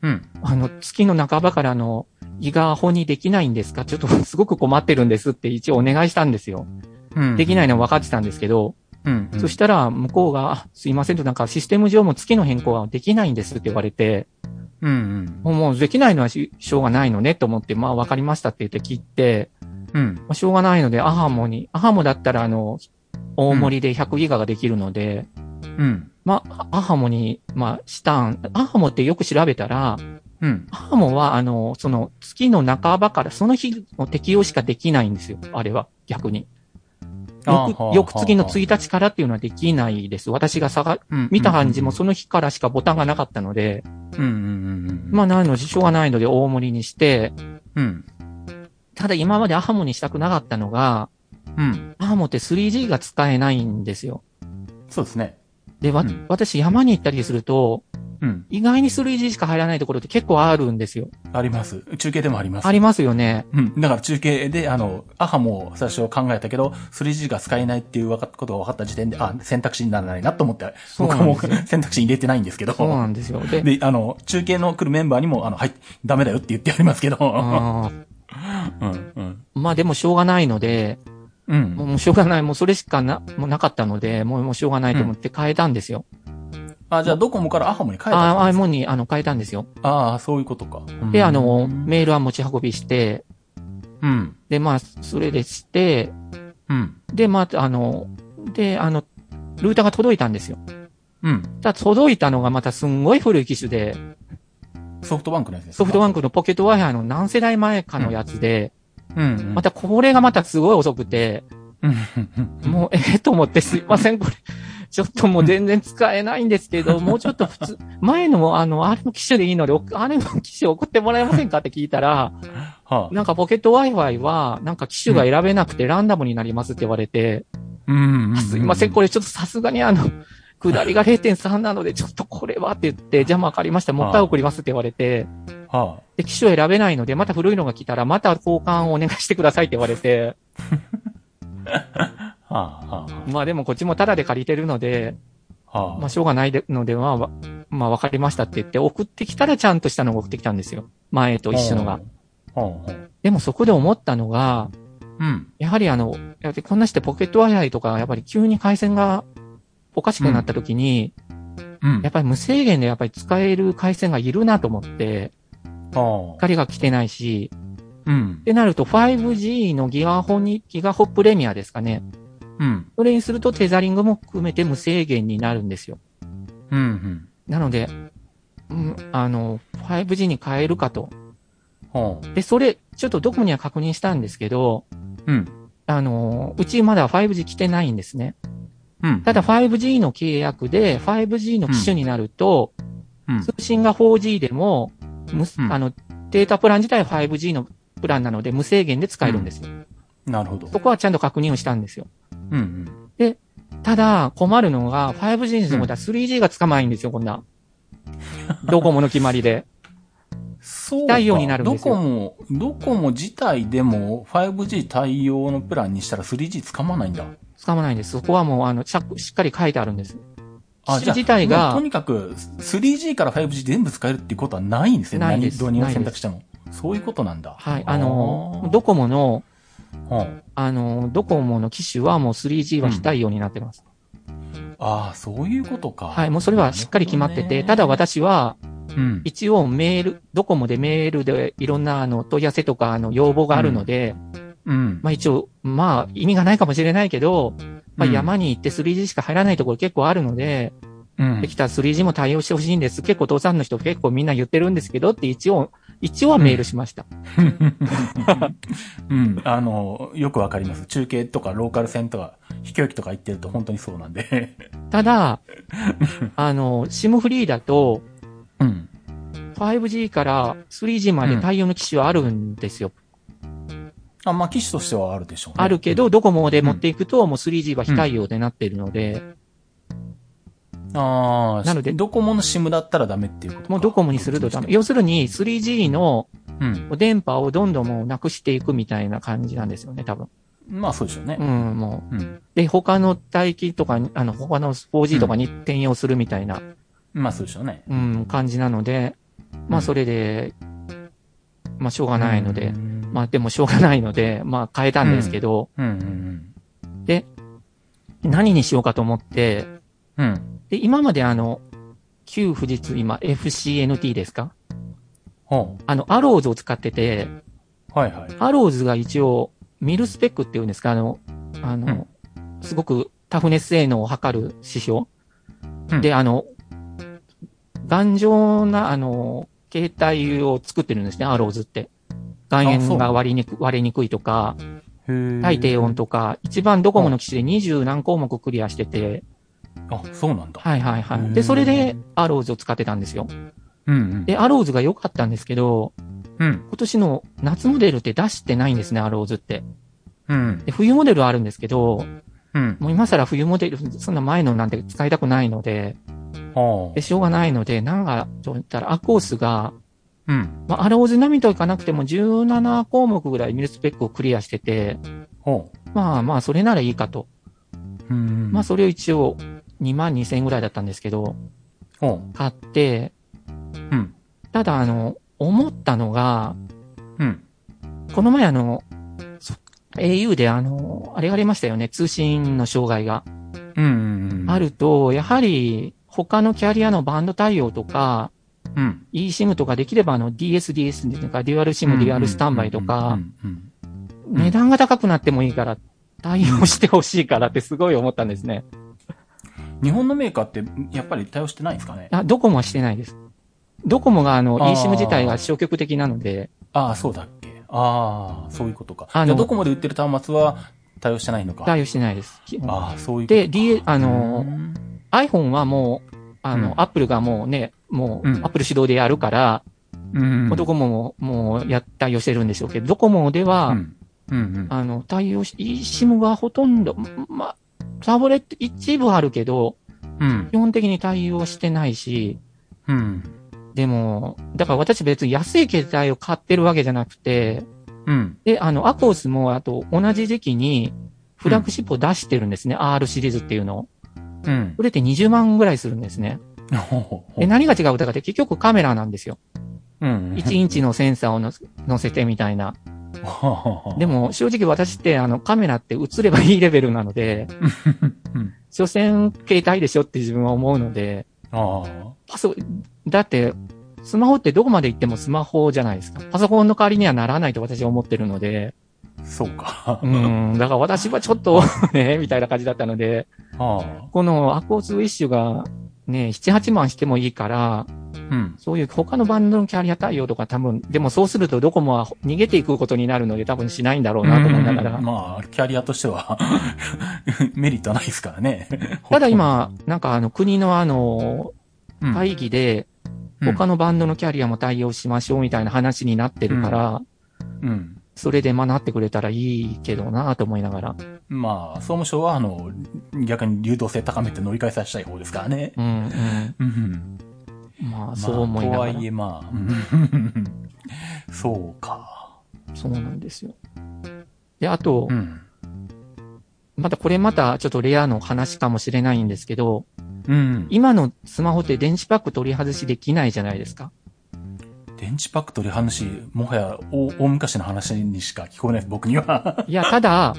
うん。あの、月の半ばからの、ギガホにできないんですかちょっとすごく困ってるんですって一応お願いしたんですよ。うん。できい。ないのは分かってたんですけど、うん。そしたら向こうが、あすいませんとなんかシステム上も月の変更はできないんですって言われて、うん。うん。もうもうできないのはししょうがないのねと思って、まあ分かりましたって言って切って、うん。まあ、しょうがないので、アハモに、アハモだったらあの、大盛りで100ギガができるので、うん。まあ、アハモに、まあ、したん、アハモってよく調べたら、うん。ハーモンは、あの、その月の半ばからその日の適用しかできないんですよ。あれは、逆に。あよーはあく、よく次のはあ1日からっていうのはできないです。私が探、見た感じもその日からしかボタンがなかったので、うん。うん。うん。まあないので、しょうがないので大盛りにして、うん。ただ今までアハモにしたくなかったのが、うん。アハモって 3G が使えないんですよ。そうですね。で、わ、うん私山に行ったりすると、うん。意外に 3G しか入らないところって結構あるんですよ。あります。中継でもあります。ありますよね。うん。だから中継で、あの、アハも最初考えたけど、3G が使えないっていうわかことが分かった時点で、あ、選択肢にならないなと思って、そう僕なはんも ですよう選択肢に入れてないんですけど。そうなんですよ。で、で、あの、中継の来るメンバーにも、あの、はい、ダメだよって言ってありますけど。あーうん、うん。まあでもしょうがないので、う。もうんもうしょうがない、もうそれしかな、もうなかったので、もうもうしょうがないと思って変えたんですよ。あ、じゃあドコモからアハモに変えたあのあ、あもうにあの変えたんですよ。ああ、そういうことか。うんで、あの、メールは持ち運びして、うん、で、まあ、それでして、うん、で、まあ、あの、で、あの、ルーターが届いたんですよ。うん。ただ届いたのがまたすんごい古い機種で、ソフトバンクのやつですソフトバンンクのポケット Wi-Fi の何世代前かのやつで、ク。うん、うん。またこれがまたすごい遅くて、うん、うん、うん。もう、ええと思って、すいません、これ。 ちょっともう全然使えないんです けど、もうちょっと普通、前のもあの、あれの機種でいいので、おあれの機種送ってもらえませんかって聞いたら、はあ、なんかポケット Wi-Fi は、なんか機種が選べなくてランダムになりますって言われて、うん、うん。すいません、これ。れちょっとさすがにあの、下りが0.3なので、ちょっとこれはって言って、じゃあわかりました、もう一回送りますって言われて、はで、機種を選べないので、また古いのが来たら、また交換をお願いしてくださいって言われて、あ、はあ、はまあでもこっちもタダで借りてるので、あ、はまああ、。しょうがないでのでは、わまあ、わかりましたって言って、送ってきたらちゃんとしたのが送ってきたんですよ。前と一緒のが。うん。うんうんでもそこで思ったのが、うん。やはりあの、やはりこんなしてポケット Wi-Fi とか、やっぱり急に回線がおかしくなった時に、うん。やっぱり無制限でやっぱり使える回線がいるなと思って、はあ。光が来てないし、うんっ。てなると 5G のギガホに、ギガホプレミアですかね。うん。それにするとテザリングも含めて無制限になるんですよ。うんうん。なので、うん、あの、5G に変えるかと。ほう。で、それ、ちょっとドコモには確認したんですけど、うん。あの、うちまだ 5G 来てないんですね。うん。ただ 5G の契約で、5G の機種になると、うん。通信が 4G でも、むすうんあの、データプラン自体は 5G のプランなので無制限で使えるんですよ。なるほど。そこはちゃんと確認をしたんですよ。うんうん。ただ、困るのが、5G にすることは 3G がつかまないんですよ、こ んな。ドコモの決まりで。そう対応になるんですよどこも、どこも自体でも 5G 対応のプランにしたら 3G つかまないんだ。つかまないんです。そこはもう、あの、しゃしっかり書いてあるんです。あ、機じゃ種あ自体もうがと、にかく 3G から 5G 全部使えるっていうことはないんですね。ないです何導入を選択しても。そういうことなんだ。はい、あの、ど、ドコモの、うんあの、ドコモの機種はもう 3G は非対応になってます。ああ、そういうことか。はい、もうそれはしっかり決まってて、ただ私は、うん。一応メール、ドコモでメールでいろんなあの問い合わせとかあの要望があるので、うん。まあ一応、まあ意味がないかもしれないけど、まあうん山に行って 3G しか入らないところ結構あるので、うんできたら 3G も対応してほしいんです。結構父さんの人結構みんな言ってるんですけどって一応、一応はメールしました。うん。あの、よくわかります。中継とかローカル線とか、飛行機とか行ってると本当にそうなんで。ただ、あの、SIM フリーだと、うん。 5G から 3G まで対応の機種はあるんですよ。あ、まあ、機種としてはあるでしょうね。あるけど、ドコモで持っていくともう 3G は非対応でなってるので、ああ、なのでドコモの SIM だったらダメっていうことかもうドコモにするとダメ。要するに 3G のうん。電波をどんどんもうなくしていくみたいな感じなんですよね、多分。まあ、そうでしょううね。ん、もう。うん。で、他の帯域とかに、あの、他の 4G とかに転用するみたいな、まあ、そうでしょうね。うん、感じなので、まあそれで、まあしょうがないので、うんまあでもしょうがないので、まあ変えたんですけど、うんうん何にしようかと思って、うん。うん。で、今まであの、旧富士通、今 FCNT ですかほあの、アローズを使ってて、う。はいはい。アローズが一応、ミルスペックっていうんですか、あの、あの、すごくタフネス性能を測る指標。うんで、あの、頑丈な、あの、携帯を作ってるんですね、アローズって。岩あそ塩うが割りにく割れにくいとか、へえ対低音とか、一番ドコモの機種で20何項目クリアしてて、あ、そうなんだ。はいはいはい。へーで、それでアローズを使ってたんですよ。うんうん。で、アローズが良かったんですけど、うん。今年の夏モデルって出してないんですね、アローズって。うん。で、冬モデルはあるんですけど、うん。もう今更冬モデル、そんな前のなんて使いたくないので、はで、しょうがないので、なんか、と言ったら、アコースが、あ。うん。まあ、アローズ並みといかなくても17項目ぐらいミルスペックをクリアしてて、ほまあまあ、それならいいかと。う。うん。まあ、それを一応、2万2000円ぐらいだったんですけど、ほ買って、う。うん。ただ、あの、思ったのが、うん。この前あの、そ au であの、あれがありましたよね、通信の障害が。うんうん。うんあ。ると、やはり、他のキャリアのバンド対応とか、うん。 eSIM とかできればあの DSDS とか、デュアル SIM、デュアルスタンバイとうか、んうんん値段が高くなってもいいから、対応してほしいからってすごい思ったんですね。うん日本のメーカーって、やっぱり対応してないんですかねあ、ドコモはしてないです。ドコモがあのあー eSIM 自体が消極的なので、ああ、そうだっけ。ああ、そういうことか。あのじゃあ、ドコモで売ってる端末は対応してないのか。対応してないです。基本ああ、そういうことか。で、D、あうの、ん iPhone はもう、あうんの、Apple がもうね、もううん Apple 主導でやるから、うん。もうドコモももうや対応してるんでしょうけど、ドコモでは、うん。うんうん。あの、対応し、eSIM はほとんど、ま、タブレット一部あるけど、うん基。本的に対応してないし、うん。でも、だから私別に安い携帯を買ってるわけじゃなくて、うん。で、あの、アコースもあと同じ時期にフラッグシップを出してるんですね、R シリーズっていうのを。うん売。れて20万ぐらいするんですね。ほうほうほうで、何が違うかって結局カメラなんですよ。うん。 1インチのセンサーをの載せてみたいな。はははでも、正直私ってあのカメラって映ればいいレベルなので、うん所詮携帯でしょって自分は思うので、 ああ。パソ、だって、スマホってどこまで行ってもスマホじゃないですか。パソコンの代わりにはならないと私は思ってるので、そうか。う。ん、だから 私はちょっと、ね、みたいな感じだったので、ああ。このアコースウィッシュが、ね、7、8万してもいいから、うん。そういう他のバンドのキャリア対応とか多分、でもそうするとドコモは逃げていくことになるので多分しないんだろうなと思いながら。まあ、キャリアとしては、 メリットはないですからね。ただ今、なんかあの国のあの、うん、会議でうん他のバンドのキャリアも対応しましょうみたいな話になってるから、うん。それでまあなってくれたらいいけどなと思いながら。まあ、総務省は、あの、逆に流動性高めて乗り換えさせたい方ですからね。うんうん。うん。まあそう思いながまあら。とはいえ、まあうん、そうか。そうなんですよ。で、あとう、ん。またこれまたちょっとレアの話かもしれないんですけど、うん。今のスマホって電子パック取り外しできないじゃないですか。電池パック取り話、もはや大大昔の話にしか聞こえないです、僕には。 いや、ただ、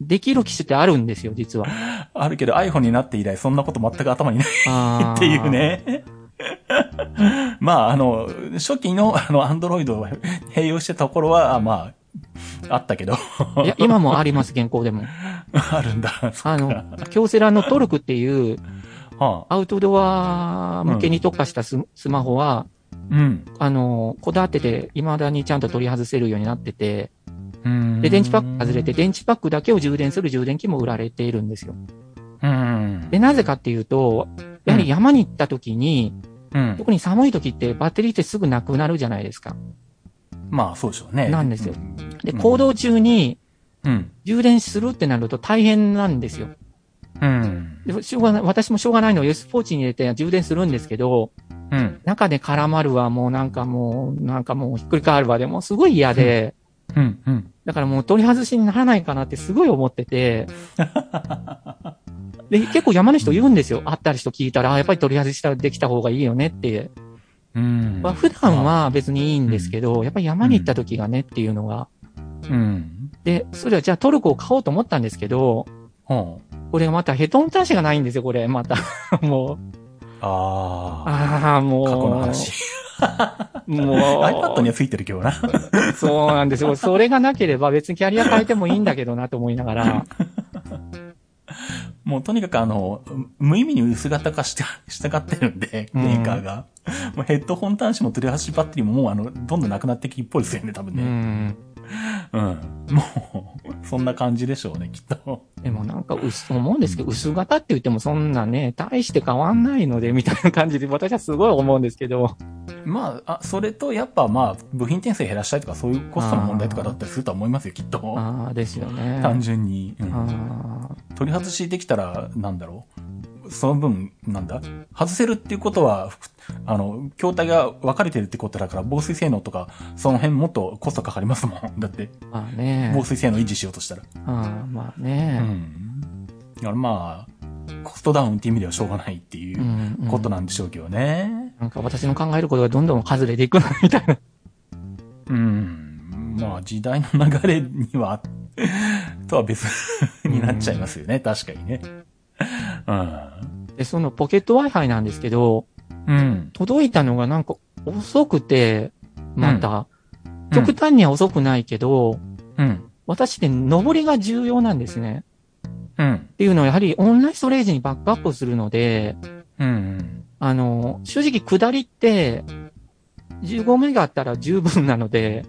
できる機種ってあるんですよ、実 は。あるけど iPhone になって以来、そんなこと全く頭にないあーっていう。ね。まあ、あの、初期の、あの、アンドロイドを併用してた頃は、あまあ、あったけど。いや、今もあります、現行でも。あるんだ。そあっか の、京セラのトルクっていうはあ、アウトドア向けに特化したス,、スマホは、うん。あの、こだわってて、未だにちゃんと取り外せるようになってて、うんで、電池パック外れて、。電池パックだけを充電する充電器も売られているんですよ。うん。で、なぜかっていうと、やはり山に行った時に、うん。特に寒い時ってバッテリーってすぐなくなるじゃないですか。まあ、そうでしょうね。なんですようんで、行動中にうん。充電するってなると大変なんですよ。うん。でしょうがない、私もしょうがないのを S ポーチに入れて充電するんですけど、うん。中で絡まるわ、もうなんかもう、なんかもうひっくり返るわ、でもうすごい嫌で、うん。うん。だからもう取り外しにならないかなってすごい思ってて、で、結構山の人言うんですよ。会った人聞いたら、あやっぱり取り外しできた方がいいよねって。うん。まあ、普段は別にいいんですけど、やっぱり山に行った時がねっていうのが。まあ、うん。で、それはじゃあトルコを買おうと思ったんですけど、はこれまたヘトン端子がないんですよ、これ、また。 もう、あ。ああ。ああ、もう。過去の話。もう。 iPad にはついてるけど な。そうなんですよ。それがなければ別にキャリア変えてもいいんだけどなと思いな がら。もうとにかくあの、無意味に薄型化して、 従ってるんで、うんメーカーが。もうヘッドホン端子も取り走バッテリーももうあの、どんどんなくなってきっぽいですよね、多分うね。ん。うん。もう、そんな感じでしょうね、きっと。でもなんか薄、思うんですけど、薄型って言ってもそんなね、大して変わんないので、みたいな感じで私はすごい思うんですけど。まあ、あ、それとやっぱまあ、部品転生減らしたいとかそういうコストの問題とかだったりするとは思いますよ、きっと。ああ、ですよね。 単純に。うんああ。取り外しできたら、なんだろう。その分、なんだ外せるっていうことは、ふあの、筐体が分かれてるってことだから、防水性能とか、その辺もっとコストかかりますもん。だって、まあね。防水性能維持しようとしたら。ああ、まあうね。ん。だからまあ、コストダウンっていう意味ではしょうがないっていううんうことなんでしょうけどね。なんか私の考えることがどんどん外れていくな、みたい な。うん。まあ、時代の流れには、 とは別になっちゃいますよね。確かにね。うん。で、そのポケット Wi-Fi なんですけど、うん。届いたのがなんか遅くて、また、うん極端には遅くないけど、うん。私って登りが重要なんですね。うん。っていうのはやはりオンラインストレージにバックアップするので、うん。あの、正直下りって、15メガあったら十分なので、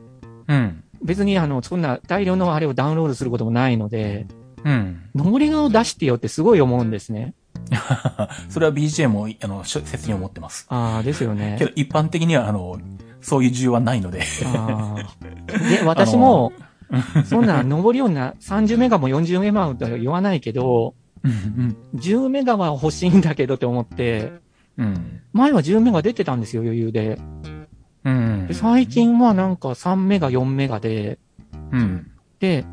うん。別にあの、そんな大量のあれをダウンロードすることもないので、うん。登りがを出してよってすごい思うんですね。それは BGM も、あの、しょ説に思ってます。ああ、ですよねけ。ど、一般的には、あの、そういう需要はないので。あ ーで、私も、そんな上りような30メガも40メガもとは言わないけど、うん。 10メガは欲しいんだけどって思って、うん。前は10メガ出てたんですよ、余裕で。うんで最。近はなんか3メガ、4メガで、うん。で、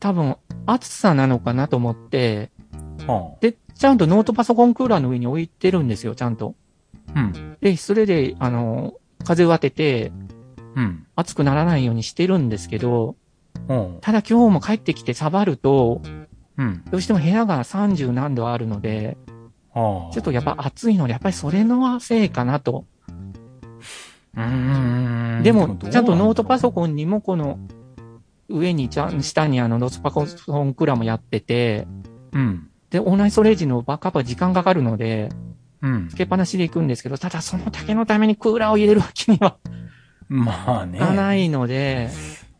多分暑さなのかなと思って、はで、ちゃんとノートパソコンクーラーの上に置いてるんですよ、ちゃんと。あ。うん。で、それで、あの、風を当てて、うん。暑くならないようにしてるんですけど、うん。ただ今日も帰ってきてサバると、うん。どうしても部屋が30何度あるので、はあ。ちょっとやっぱ暑いので、やっぱりそれのせいかなと。うん。でも、ちゃんとノートパソン。コンにもこの、上にちゃん、下にあの、ノートパソコンクラもやってて、うん。で、オンラインストレージのバックアップは時間かかるので、うんつ。けっぱなしで行くんですけど、ただその竹のためにクーラーを入れるわけにはまあいかなね。いので、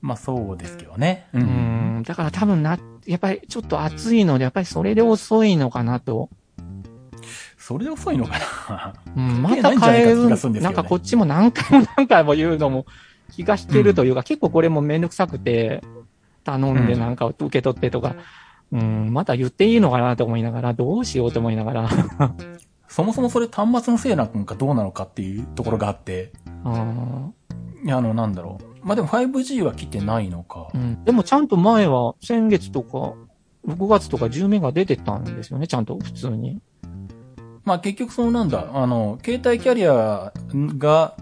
まあそうですけどね。うう。ん、だから多分な、やっぱりちょっと暑いので、やっぱりそれで遅いのかなと。それで遅いのかな うん、ま関係なたいんじゃないか変えって気がするるんですけどねなんかこっちも何回も何回も言うのも気が引けるというか、結構これもめんどくさくて、頼んでなんか受け取ってとか、うん、また言っていいのかなと思いながら、どうしようと思いなが ら、そもそもそれ端末のせいなのかどうなのかっていうところがあって。うんいや、あの、なんだろう。まあでも 5G は来てないのか。うんでもちゃんと前は先月とか、6月とか10名が出てたんですよね、ちゃんと普通に。まあ結局そのなんだ、あの、携帯キャリアが、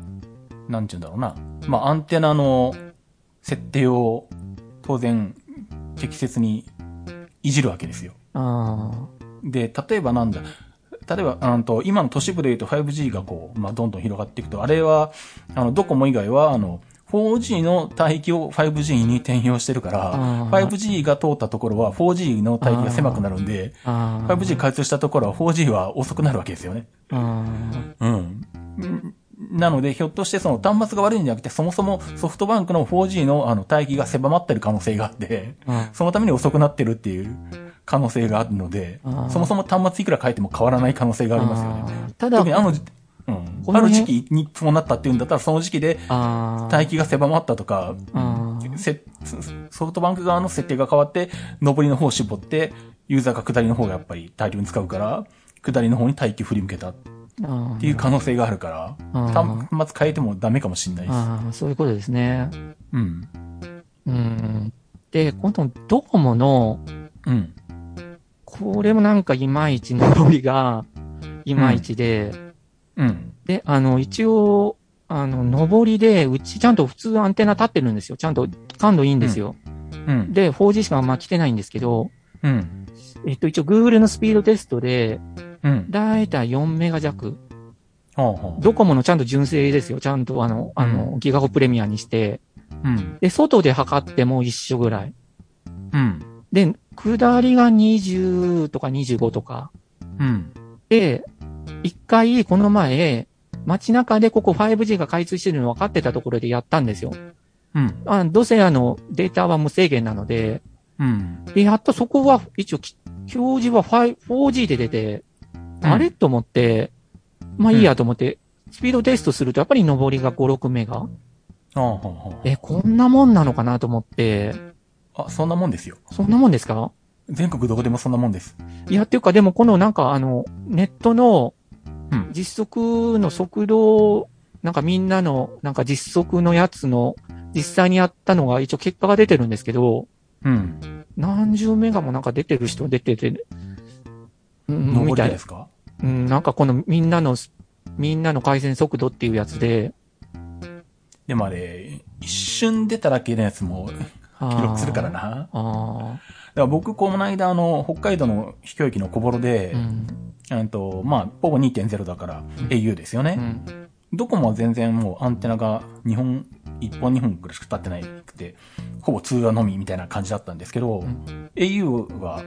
なんちゅうんだろうな。まあアンテナの設定を当然適切にいじるわけですよ。ああ。で、例えばなんだ、例えば、あのと、今の都市部で言うと 5G がこう、まあ、どんどん広がっていくと、あれは、あの、ドコモ以外は、あの、4G の帯域を 5G に転用してるからあ、ー 5G が通ったところは 4G の帯域が狭くなるんで、ああ。 5G 開通したところは 4G は遅くなるわけですよね。あうん。なので、ひょっとしてその端末が悪いんじゃなくて、そもそもソフトバンクの 4G のあの帯域が狭まってる可能性があって、あ。そのために遅くなってるっていう可能性があるのであー、そもそも端末いくら変えても変わらない可能性がありますよね。ね。ただ、特にああの、うこん、あのる辺時期にそうなったっていうんだったら、その時期であ帯域が狭まったとか、あーせソフトバンク側の設定が変わって、上りの方を絞って、ユーザーが下りの方がやっぱり大量に使うから、下りの方に帯域振り向けたってあいう可能性があるから、あー端末変えてもダメかもしれないです。あー、そういうことですね。うん。うん。で、今度、ドコモの、うん。これもなんかいまいち上りが、いまいちで、うん。で、あの、一応、あの、上りで、うちちゃんと普通アンテナ立ってるんですよ。ちゃんと感度いいんですよ。うん。で、4G しかあんま来てないんですけど、うん。えっと、一応 Google のスピードテストで、うん。だいたい4メガ弱。ほうほドコモのちゃんと純正ですよ。ちゃんとあの、あの、ギガホプレミアにして。う。うん。で、外で測っても一緒ぐらい。うん。で、下りが20とか25とか。うん。で、一回この前、街中でここ 5G が開通してるの分かってたところでやったんですよ。うん。あどうせあの、データは無制限なので、うん。で、やっとそこは、一応き、表示は 5- 4G で出て、あれと思って、まあいいやと思って、スピードテストするとやっぱり上りが5、6メガ。ああ、ほうほうえ、こんなもんなのかなと思って、あ、そんなもんですよ。そんなもんですか全国どこでもそんなもんです。いや、っていうか、でもこのなんかあの、ネットのうん実測の速度、なんかみんなの、なんか実測のやつの、実際にやったのが一応結果が出てるんですけど、うん。何十メガもなんか出てる人出てて、うん、上みりたでいなで。すかうん、なんかこのみんなの、みんなの回線速度っていうやつで、でもあれ、一瞬出ただけのやつもあー記録するから。な。だあから僕、この間、あの、北海道の秘境駅の小幌あ、でう、ん。えっと、まあ、ポゴ2.0だから au ですようね。ん。ドコモは全然もうアンテナが2本、1本2本ぐらいしか立ってないくて、ほぼ通話のみみたいな感じだったんですけど、うん au は、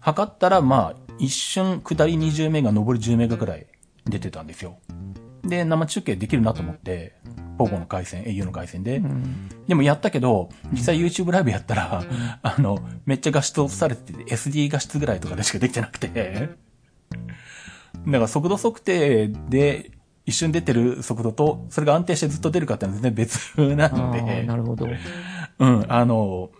測ったら、まあ、一瞬下り20メガ、上り10メガくらい出てたんですよ。で、生中継できるなと思って、ポゴの回線、au の回線でう。んでもやったけど、実際 YouTube ライブやったら、 あの、めっちゃ画質落とされてて、SD 画質ぐらいとかでしかできてなくて。だから速度測定で一瞬出てる速度と、それが安定してずっと出るかってのは全然別なあのあ、でな、るほど。うん、あの、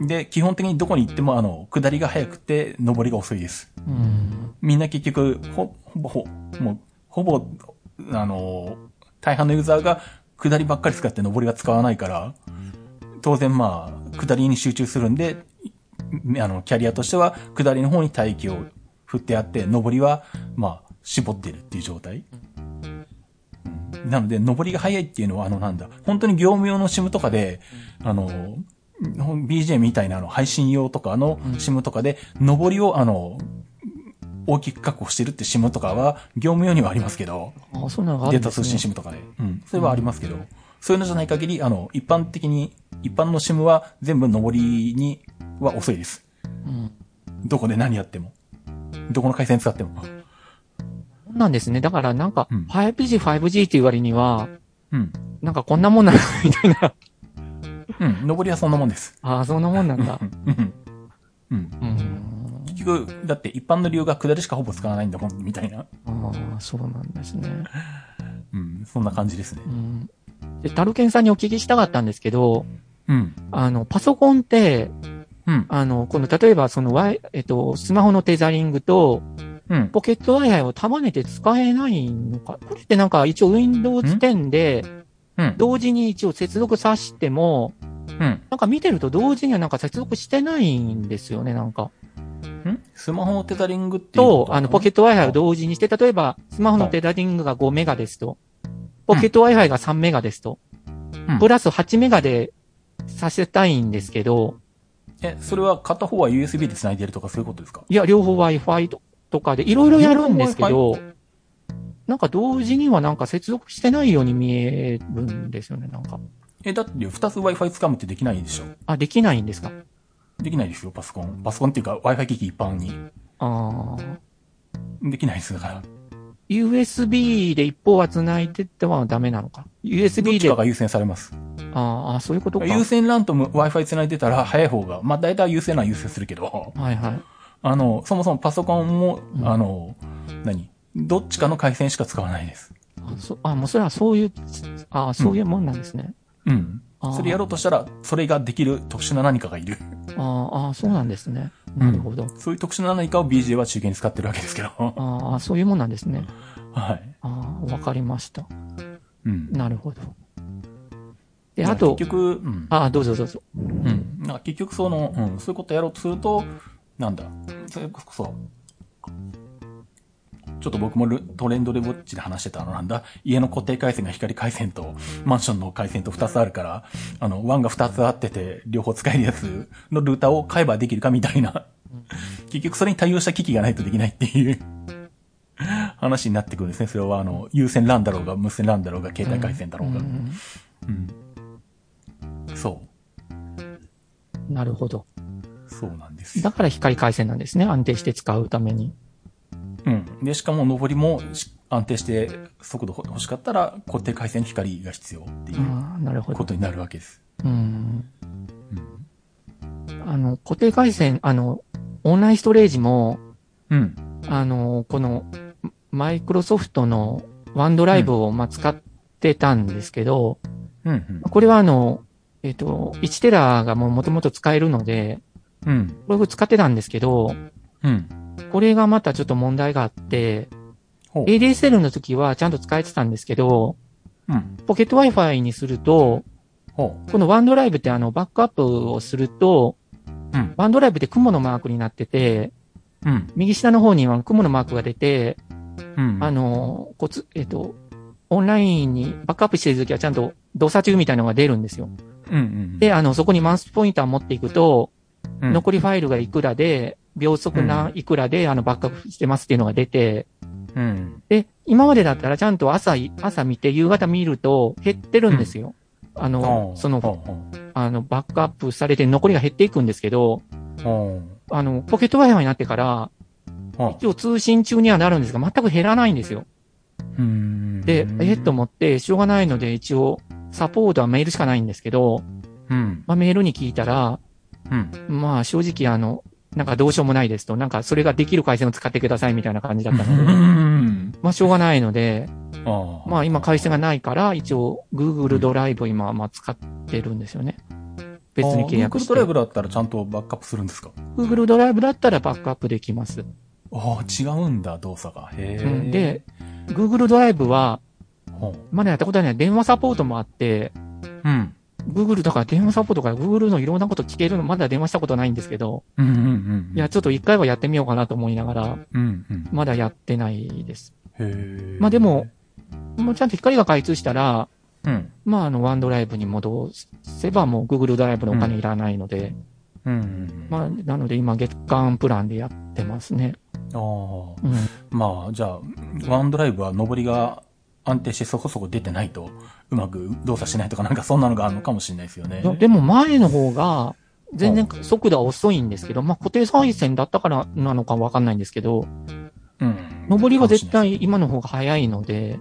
で、基本的にどこに行っても、あの、下りが速くて、上りが遅いです。うん。みんな結局、ほ、ほぼ、ほ、もう、ほぼ、あの、大半のユーザーが下りばっかり使って上りは使わないから、当然まあ、下りに集中するんで、いあの、キャリアとしては下りの方に帯域を振ってあって、上りは、まあ、絞ってるっていう状態。うんなので、上りが早いっていうのは、あの、なんだ、本当に業務用の SIM とかで、あの、ほん BJ みたいなあの、配信用とかの SIM とかで、上りを、あの、大きく確保してるって SIM とかは、業務用にはありますけど、ああ、そんなのがあるデんーでタす通ね信 SIM とかで。うん。それはありますけど、そういうのじゃない限り、あの、一般的に、一般の SIM は全部上りには遅いです。うんどこで何やっても。どこの回線使っても。そうなんですね。だからなんかうん 5G、5G っていう割には、うん。なんかこんなもんなのみたいな。 うん。上りはそんなもんです。ああ、そんなもんなんだ。うん。 うん。うん。結局、だって一般の理由が下りしかほぼ使わないんだもん、みたいな。ああ、そうなんですね。うん。そんな感じですねう。ん。で、タルケンさんにお聞きしたかったんですけど、うん。あの、パソコンって、うん。あの、この、例えばその、ワイ、えっと、スマホのテザリングと、うん。ポケット Wi-Fi を束ねて使えないのか。これってなんか一応 Windows 10で、うん。同時に一応接続さしても、うん。なんか見てると同時にはなんか接続してないんですよね、なんか。んスマホのテザリングっていうとこ、あの、ポケット Wi-Fi を同時にして、例えば、スマホのテダリングが5メガですと、ポケット Wi-Fi が3メガですとうん、プラス8メガでさせたいんですけど、え、それは片方は USB で繋いでるとかそういうことですかいや、両方 Wi-Fi ととかで、いろいろやるんですけど、なんか同時にはなんか接続してないように見えるんですよね、なんか。え、だって二つ Wi-Fi 掴むってできないでしょあ、できないんですかできないですよ、パソコン。パソコンっていうか Wi-Fi 機器一般に。ああ。できないですだから。 USB で一方は繋いでってはダメなのか。どっ USB ちで、かあが優先されます。ーあ、そういうことか。優先 LAN と Wi-Fi 繋いでたら早い方が、まあ大体優先 LAN 優先するけど、 はいはい。あの、そもそもパソコンも、うんあの、何どっちかの回線しか使わないです。あ、そあもうそれはそういう、あそういうもんなんですね。うん。あーそれやろうとしたら、それができる特殊な何かがいる。あーあー、そうなんですね。うんなるほど。そういう特殊な何かを BJ は中継に使ってるわけですけど。 はああ、そういうもんなんですね。い。ああ、わかりました。うん。なるほど。で、まあと結、局、うん。ああ、どうぞどうぞ。うん。なんか結局その、うん、そういうことやろうとすると、なんだ、それこそ、ちょっと僕もルトレンドレボッチで話してたあのなんだ、家の固定回線が光回線と、マンションの回線と2つあるから、あの、1が2つあってて、両方使えるやつのルーターを買えばできるかみたいな。結局それに対応した機器がないとできないっていう話になってくるんですね。それはあの、有線 LAN だろうが、無線 LAN だろうが、携帯回線だろうが。んうん、そう。うんなるほど。そうなんですよだから光回線なんですね。安定して使うために。うん。で、しかも上りもし安定して速度ほ欲しかったら固定回線に光が必要っていうああ、なるほこど。とになるわけです。うん。うん。あの、固定回線、あの、オンラインストレージも、うん。あの、この、マイクロソフトのワンドライブを、まあ、使ってたんですけど、うん。これはあの、えっ、と、1テラがもう元々使えるので、うん。これを使ってたんですけど、うん。これがまたちょっと問題があって、ほう。 ADSL の時はちゃんと使えてたんですけど、うん。ポケット Wi-Fi にすると、ほこのワンドライブってあの、バックアップをすると、う。うん。ワンドライブって雲のマークになってて、うん。右下の方には雲のマークが出て、うん。あの、こつ、えっと、オンラインにバックアップしてるときはちゃんと動作中みたいなのが出るんですよ。うん。うん。で、あの、そこにマウスポインター持っていくと、うん、残りファイルがいくらで、秒速うなんいくらで、あの、バックアップしてますっていうのが出て、うん。で、今までだったらちゃんと朝い、朝見て、夕方見ると減ってるんですよ。あのほ、うそほの、うあの、バックアップされて残りが減っていくんですけど、ほあの、ポケット Wi-Fi になってから、う。ほ一応通信中にはなるんですが、全く減らないんですよ。う。うん。で、えっと、思って、しょうがないので、一応、サポートはメールしかないんですけど、うん。まあ、メールに聞いたら、うん。まあ、正直、あの、なんかどうしようもないですと、なんかそれができる回線を使ってくださいみたいな感じだったの で、まあ、しょうがないので、ああ。まあ、今回線がないから、一応、Google ドライブを今、まあ、使ってるんですよね。別に契約し Google てド。ライブだったらちゃんとバックアップするんですか Google ドライブだったらバックアップできます。ああ、違うんだ、動作が。へうえ。ん、で、Google ドライブは、ほう、まだやったことはない電話サポートもあって、うん。 Google だから電話サポートから Google のいろんなこと聞けるの、まだ電話したことないんですけど、うんうんうんうん。いや、、ちょっと一回はやってみようかなと思いながら、うんうん。まだやってないです。へーまあでも、もうちゃんと光が開通したら、うん。まああの、ワンドライブに戻せばもう Google ドライブのお金いらないので、うんうん。まあ、なので今月間プランでやってますね。あーうん。まあ、じゃあ、ワンドライブは上りが安定してそこそこ出てないと、うまく動作しないとかなんかそんなのがあるのかもしれないですよねい。やでも前の方が、全然速度は遅いんですけど、まあ固定再生だったからなのかわかんないんですけど、うん。ん上りは絶。かもしれない対今の方が早いので、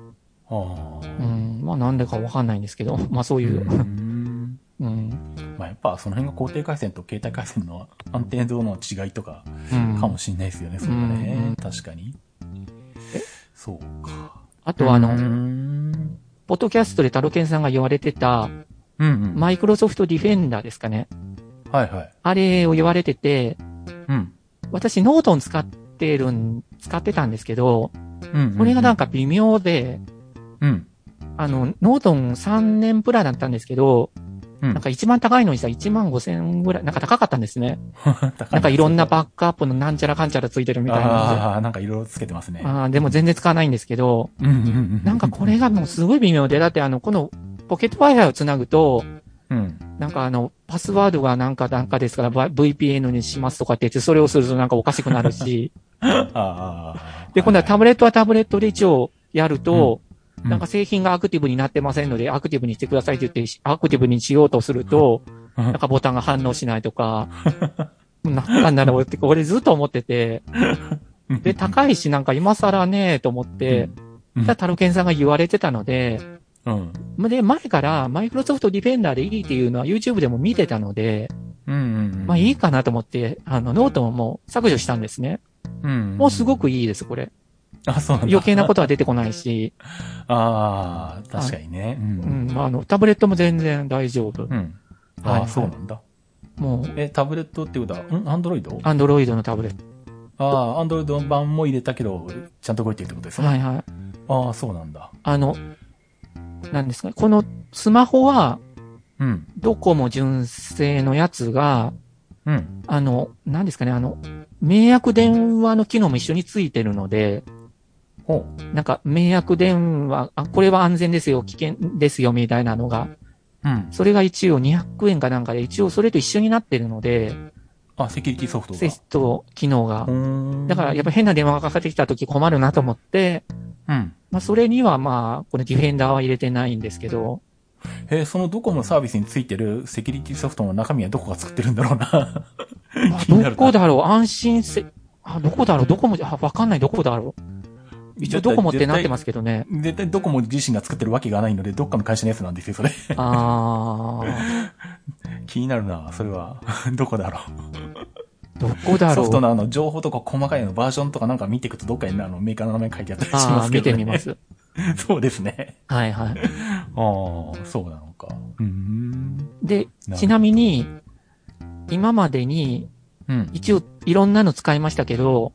ああ。うん、まあなんでかわかんないんですけど、 まあそうういう、ん。うん、まあやっぱその辺が高低回線と携帯回線の安定度の違いとかうんかもしれないですよね、それはね。うん確かに。そうか。あとはあの、うん。ポッドキャストでタロケンさんが言われてた、うんうん。マイクロソフトディフェンダーですかね。はいはい。あれを言われてて、うん。私ノートン使ってるん、使ってたんですけど、うん。これがなんか微妙で、うん。あの、ノートン3年プランだったんですけど、うんなんか一番高いのにさ、1万5千ぐらい、なんか高かったんですね。 なんかいろんなバックアップのなんちゃらかんちゃらついてるみたいな。ああ、なんかいろいろつけてますね。あーでも全然使わないんですけど、うんうんうん。なんかこれがもうすごい微妙で、だってあの、このポケット Wi-Fi をつなぐと、うん。なんかあの、パスワードがなんかなんかですから、ば VPN にしますとかって言って、それをするとなんかおかしくなる し、ああ。で、今度はタぶブレットはタブレットで一応やると、うんなんか製品がアクティブになってませんので、アクティブにしてくださいって言って、アクティブにしようとすると、うんなんかボタンが反応しない とか、なんなんだろうって、俺ずっと思ってて、んで、高いし、なんか今更ねえと思って、うんただタロケンさんが言われてたので、うん。で、前から、マイクロソフトディフェンダーでいいっていうのは YouTube でも見てたので、うんうん。まあいいかなと思って、あの、ノートももう削除したんですね。うん。もうすごくいいです、これ。あ、そうなんだ。余計なことは出てこないし、ああ、確かにね。う。うんん、まああの、タブレットも全然大丈夫。うん。はいあはあ、いそうなんだ。もう、え、タブレットってことは、んアンドロイドアンドロイドのタブレッああ、アンドロイド版も入れたけど、ちゃんと動いてるってことですト。ね。はいはい。ああ、そうなんだ。あの、なんですかね、このスマホは、うん。ドコモ純正のやつが、うん。あの、なんですかね、あの、迷惑電話の機能も一緒についてるので、ほう。なんか、迷惑電話、あ、これは安全ですよ、危険ですよ、みたいなのが、うん。それが一応200円かなんかで、一応それと一緒になってるので、あ、セキュリティソフトがセスト機能が。だから、やっぱ変な電話がかかってきた時困るなと思って、ぱ、うん。まあ、それにはまあ、このディフェンダーは入れてないんですけど、えーそのドコモのサービスについてるセキュリティソフトの中身はどこが作ってるんだろうな。あ気になどるなこだろう安心せ、あ、どこだろうどこも、あ、わかんない、どこだろう 一応、ドコモってなってますけどね。絶対ドコモ自身が作ってるわけがないので、どっかの会社のやつなんですよ、それ。 あー、気になるな、それは。 どこだろう。どこだろソうフトのあの、情報とか細かいのバージョンとかなんか見ていくと、どっかにあの、メーカーの名前書いてあったりしあまー、すけ見ど、ね。てみ ま。す。そうです ね。はいはい。ああ、そうなのか。うーん。でなるほど、ちなみに、今までに、うん。一応いろんなの使いましたけど、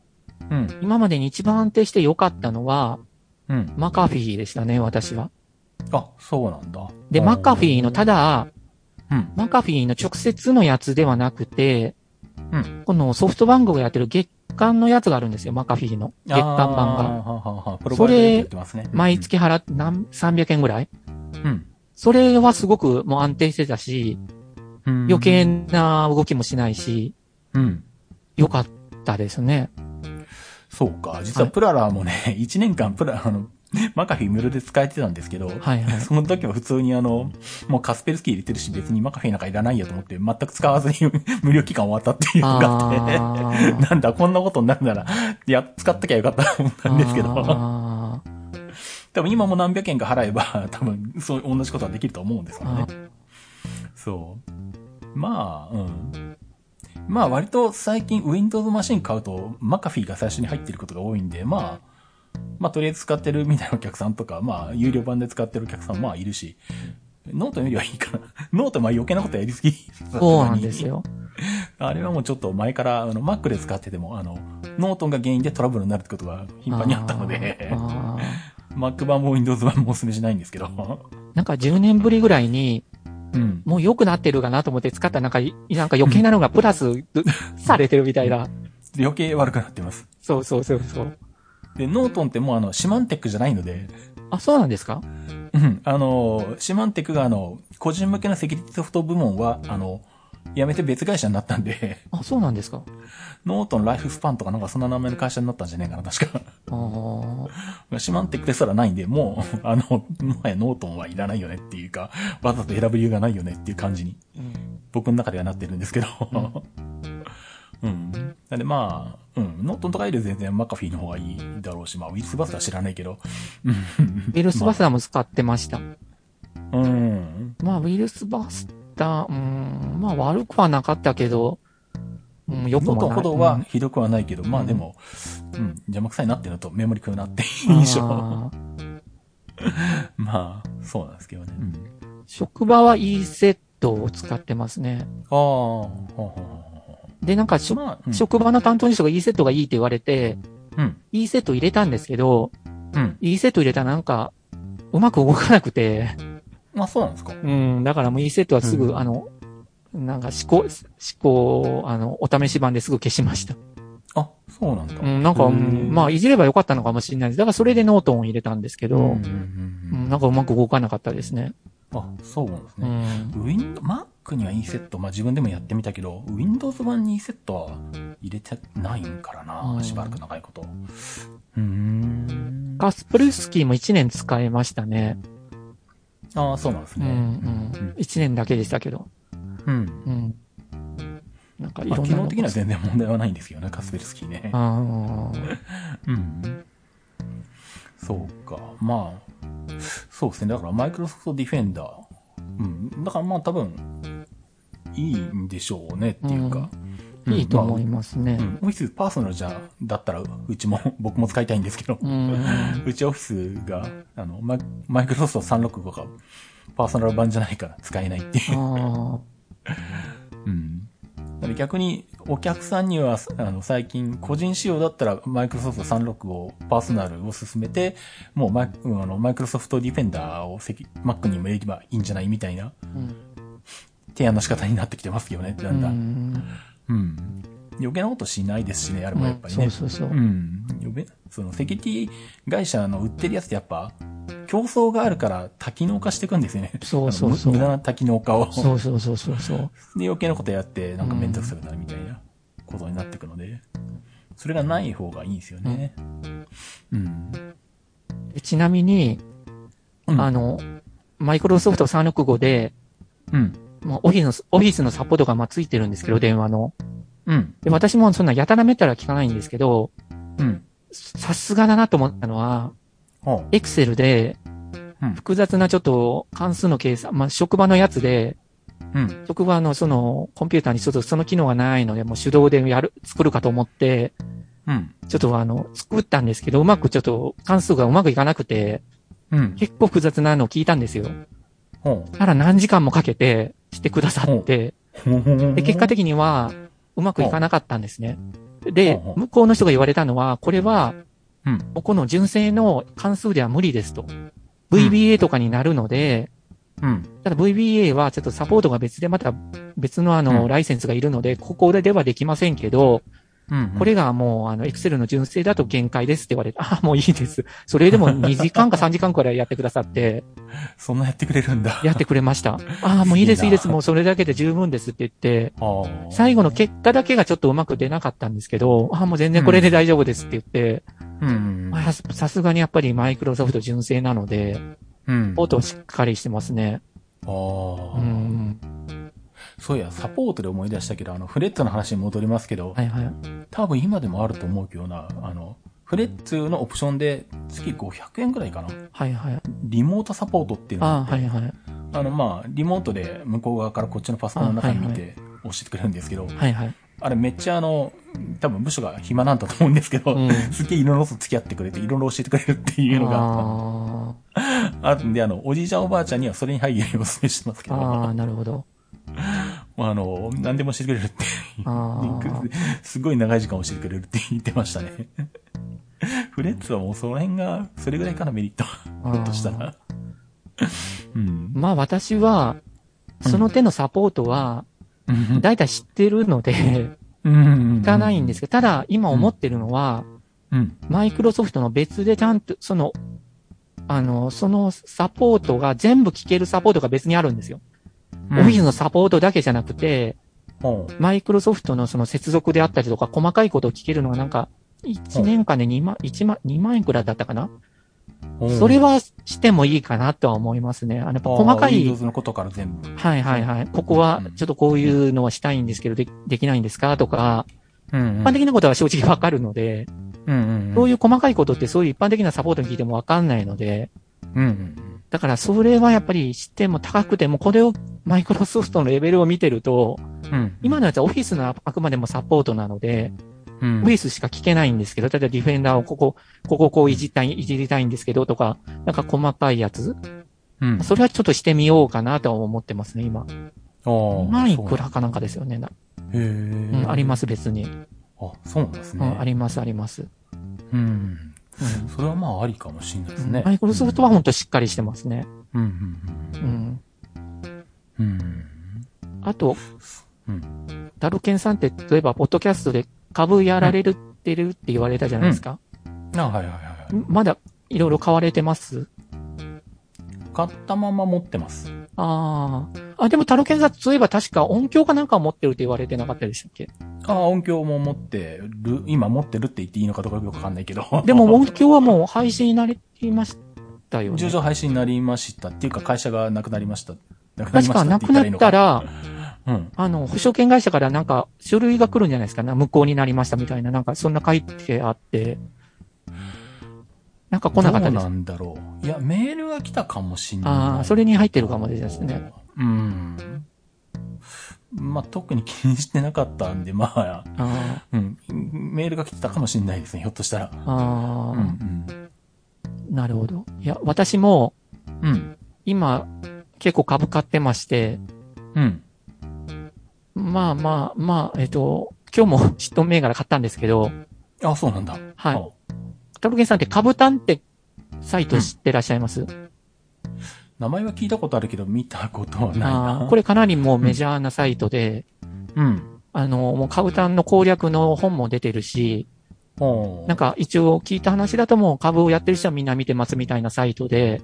うん。今までに一番安定して良かったのは、うん。マカフィーでしたね、私は。あ、そうなんだ。で、マカフィーの、ただ、うん。マカフィーの直接のやつではなくて、うんこのソフトバンクがやってる月間のやつがあるんですよ、マカフィーの。月間版あーが。ははははプロバイダーでやってますね。毎月払っ、なん300円ぐらいうん。それはすごくもう安定してたし、うん。余計な動きもしないし、うん。良かったですね。そうか。実はプララもね、1年 間プラ、あの、マカフィ無料で使えてたんですけど、はいは い。その時は普通にあの、もうカスペルスキー入れてるし別にマカフィなんかいらないよと思って全く使わずに 無料期間終わった っていうのがあって、あ ーなんだ、こんなことになるなら、いや、使っときゃよかったと思 ったんですけど、あー多分今も何百円か払えば、多分そう、同じことはできると思うんです よねあ。そう。まあ、うん。まあ割と最近 Windows マシン買うとマカフィーが最初に入ってることが多いんで、まあ、まあとりあえず使ってるみたいなお客さんとか、まあ有料版で使ってるお客さんまあいるし、ノートよりはいいかな。 ノートまあ余計なことやりすぎ。そうなんです。よ。 あれはもうちょっと前から、あの、Mac で使ってても、あの、ノートが原因でトラブルになるってことが頻繁にあったので、あーあ Mac 版も Windows 版もお勧めしないんですけど。ーなんか10年ぶりぐらいに、うん。もう良くなってるかなと思って使ったらなんかい、なんか余計なのがプ ラスされてるみたいな。余計悪くなってます。そうそうそうそう。で、ノートンってもうあの、シマンテックじゃないので、あ、そうなんですかうん、あの、シマンテックがあの、個人向けのセキュリティソフト部門は、あの、やめて別会社になったんで、 あ、そうなんですかノートンライフスパンとかなんかそんな名前の会社になったんじゃないかな、確あーか。シマンテックですらないんで、もう、あの、もはやノートンはいらないよねっていうか、わざと選ぶ理由がないよねっていう感じに、うん僕の中ではなってるんですけど。うん。なんでまあ、うん。ノートンとかより全然マカフィーの方がいいだろうし、まあ、ウィルス・バスター知らないけど。ウィルスバスターも使ってました。うん。まあ、ウィルスバスター、うん、まあ悪くはなかったけど、うん、よくノもーない。トンほどはひどくはないけど、まあでも、うん、邪魔くさいなっていうのと、メモリ食うなっていう印象。 あーまあ、そうなんですけどね。うん、職場は E セットを使ってますね。ああ、ほうほうほうほで、なんかうしょ、まあ、うん、職場の担当の人が E セットがいいって言われて、うん。 E セット入れたんですけど、うん。 E セット入れたらなんか、うまく動かなくて、まあ、そうなんですか。うん、だからもう E セットはすぐ、うんあの、なんか試行、試行、あの、お試し版ですぐ消しました。あ、そうなんだ。う。ん、なんか、うんうんまあ、いじればよかったのかもしれないです。だからそれでノートンを入れたんですけど、ううんんうんなんかうまく動かなかったですね。うん、あ、そうなんですうね。ん。ウィンド、Mac には E セット、まあ自分でもやってみたけど、Windows 版に E セットは入れてないからうな、んしばらく長いこと。うーん。カスプルスキーも1年使えましたね。ああ、そうなんですうね。ん、うん。1年だけでしたけど。うん。うんうん。なんかいまあ、ろん機なの能的には全然問題はないんですけどね、カスペルスキーね。あーうん。そうか。まあ、そうですね。だから、マイクロソフトディフェンダー。うん。だからまあ多分、いいんでしょうねっていうか。うんいいと思まあいますねう。ん、オフィスパーソナルじゃ、だったら、うちも、 僕も使いたいんですけどう、ん。 うちオフィスが、あの、マイマイクロソフト365が、パーソナル版じゃないから使えないっていう。あうん。だから逆に、お客さんには、あの、最近、個人仕様だったら、マイクロソフト365パーソナルを進めて、もうマイ、うんあの、マイクロソフトディフェンダーをせき Mac にも入れればいいんじゃないみたいなーうん提案の仕方になってきてますよね、だんだ。うんん。うん。余計なことしないですしね、あれもやっぱりね。うんそうそうそうう。ん。呼べ、そのセキュリティ会社の売ってるやつってやっぱ、競争があるから多機能化していくんですよね。そうそうそうあの無無駄な多機能化を。そうそうそうそうそう。で、余計なことやって、なんかめんどくさくなるみたいなことになっていくので、それがない方がいいんですよね。うん。でちなみに、うんあの、マイクロソフト365で、うん。まあ、オフィスの、オフィスのサポートがまあついてるんですけど、電話の。うん。で、私もそんなやたらめったら聞かないんですけど、うん。さすがだなと思ったのは、ほう。エクセルでうん、複雑なちょっと関数の計算、まあ、職場のやつで、うん。職場のその、コンピューターにちょっとその機能がないので、もう手動でやる、作るかと思って、うん。ちょっとあの、作ったんですけど、うまくちょっと関数がうまくいかなくて、うん。結構複雑なのを聞いたんですよ。ほう。たら何時間もかけてしてくださって、で、結果的的にはうまくいかなかったんですね。でほうほ、う向こうの人が言われたのは、これはうん、ここの純正の関数では無理ですと。VBA とかになるので、うん。ただ VBA はちょっとサポートが別で、また別のあうんの、ライセンスがいるので、ここではできませんけど、うん。これがもう、あの、Excel の純正だと限界ですって言われて、あ、もういいです。それでも2時間か3時間くらいやってくださって、そんなやってくれるんだ。やってくれ ました。ああ、もういいです、いいでいいす、なもうそれだけで十分ですって言って、ああ最後の結果だけがちょっとうまく出なかったんですけど、ああ、もう全然これで大丈夫ですって言って、うん。まあささすがにやっぱりマイクロソフト純正なので、うん。ポートをしっかりしてますね。あうあ。ん。そういや、サポートで思い出したけど、あの、フレッツの話に戻りますけど、はいはい。多分今でもあると思うけどな、あの、フレッツのオプションで月500円くらいかな。はいはい。リモートサポートっていうのがあああ、って、はいはい。あの、まあ、リモートで向こう側からこっちのパソコンの中に見て教えてくれるんですけど、はいはい。あれめっちゃあの、多分部署が暇なんだと思うんですけど、うんすっげえいろいろと付き合ってくれて、いろいろ教えてくれるっていうのがああるんで、あの、おじいちゃんおばあちゃんにはそれに入るようにお勧めしてますけあ、ど、ああ、なるほど。まああの、何でも教えてくれるっていうあ ーすごい長い時間教えてくれるって言ってましたね。フレッツはもうその辺が、それぐらいかなメリットあーは。ひょっとしたら。うん。まあ私は、その手のサポートは、だいたい知ってるので、うん。いかないんですけど、ただ今思ってるのは、うん。マイクロソフトの別でちゃんと、その、あの、そのサポートが全部聞けるサポートが別にあるんですよ。オフィスのサポートだけじゃなくて、ほマイクロソフトのその接続であったりとか、細かいことを聞けるのがなんか、1年間で2万、1万、2万円くらいだったかな、うほうそれはしてもいいかなとは思いますね。あの、やっぱ細かあーい、 Windows のことから全部。はいはいはい。ここはちょっとこういうのはしたいんですけど、でできないんですかとか、うん。一般的なことは正直わかるので、うん。そういいう細かいことってそういう一般的なサポートに聞いてもわかんないので、うん。うん。だからそれはやっぱり知っても高くても、これをマイクロソフトのレベルを見てると、うん。今のやつはオフィスのあくまでもサポートなので、うん。オフィスしか聞けないんですけど、例えばディフェンダーをここ、ここをこういじったい、いじりたいんですけどとか、なんか細かいやつ、うん。それはちょっとしてみようかなとは思ってますね、今。ああ。マイクそうラかなんかですよね。なへうえ。ん、あります、別に。あ、そうなんですうね。ん、あります、あります。うん。うんそれはまあありかもしれないですね。マイクロソフトは本当しっかりしてますね。うん。うん。うん。うん。あと、うん。ダルケンさんって、例えば、ポッドキャストで株やられるってるって言われたじゃないですか。あ、はいはいはい。んまだ、いろいろ買われてます買ったまま持ってます。ああ。あ、でも、タロケンさん、そういえば確か音響かなんかを持ってるって言われてなかったでしたっけああ、音響も持ってる、今持ってるって言っていいのかどうかよくわかんないけど。で も、音響はもう廃止になれていましたよ上ね。場廃止になりましたっていうか、会社がなくなりました。なくなり確ましたかって言なったくらいいなっのたか。ら、うん。あの、保証券会社からなんか書類が来るんじゃないですかな、無効になりましたみたいな、なんかそんな書いてあって、なんか来なかったでどうすな。んだろう。いや、メールが来たかもしんない。ああ、それに入ってるかもしれないですね。うん。まあ、特に気にしてなかったんで、まあ、あうん。メールが来てたかもしんないですね、ひょっとしたら。あ、あうあん。なるほど。いや、私もうん。うん。今結構株買ってまして、うん。まあまあまあ、えっと、今日も 嫉妬銘柄買ったんですけど、あ、そうなんだ。はい。タロケンさんって株単ってサイト知ってらっしゃいます、名前は聞いたことあるけど、見たことはないあなあ。これかなりもうメジャーなサイトで、うん。あの、もう株単の攻略の本も出てるし、おーなんか一応聞いた話だともう株をやってる人はみんな見てますみたいなサイトで、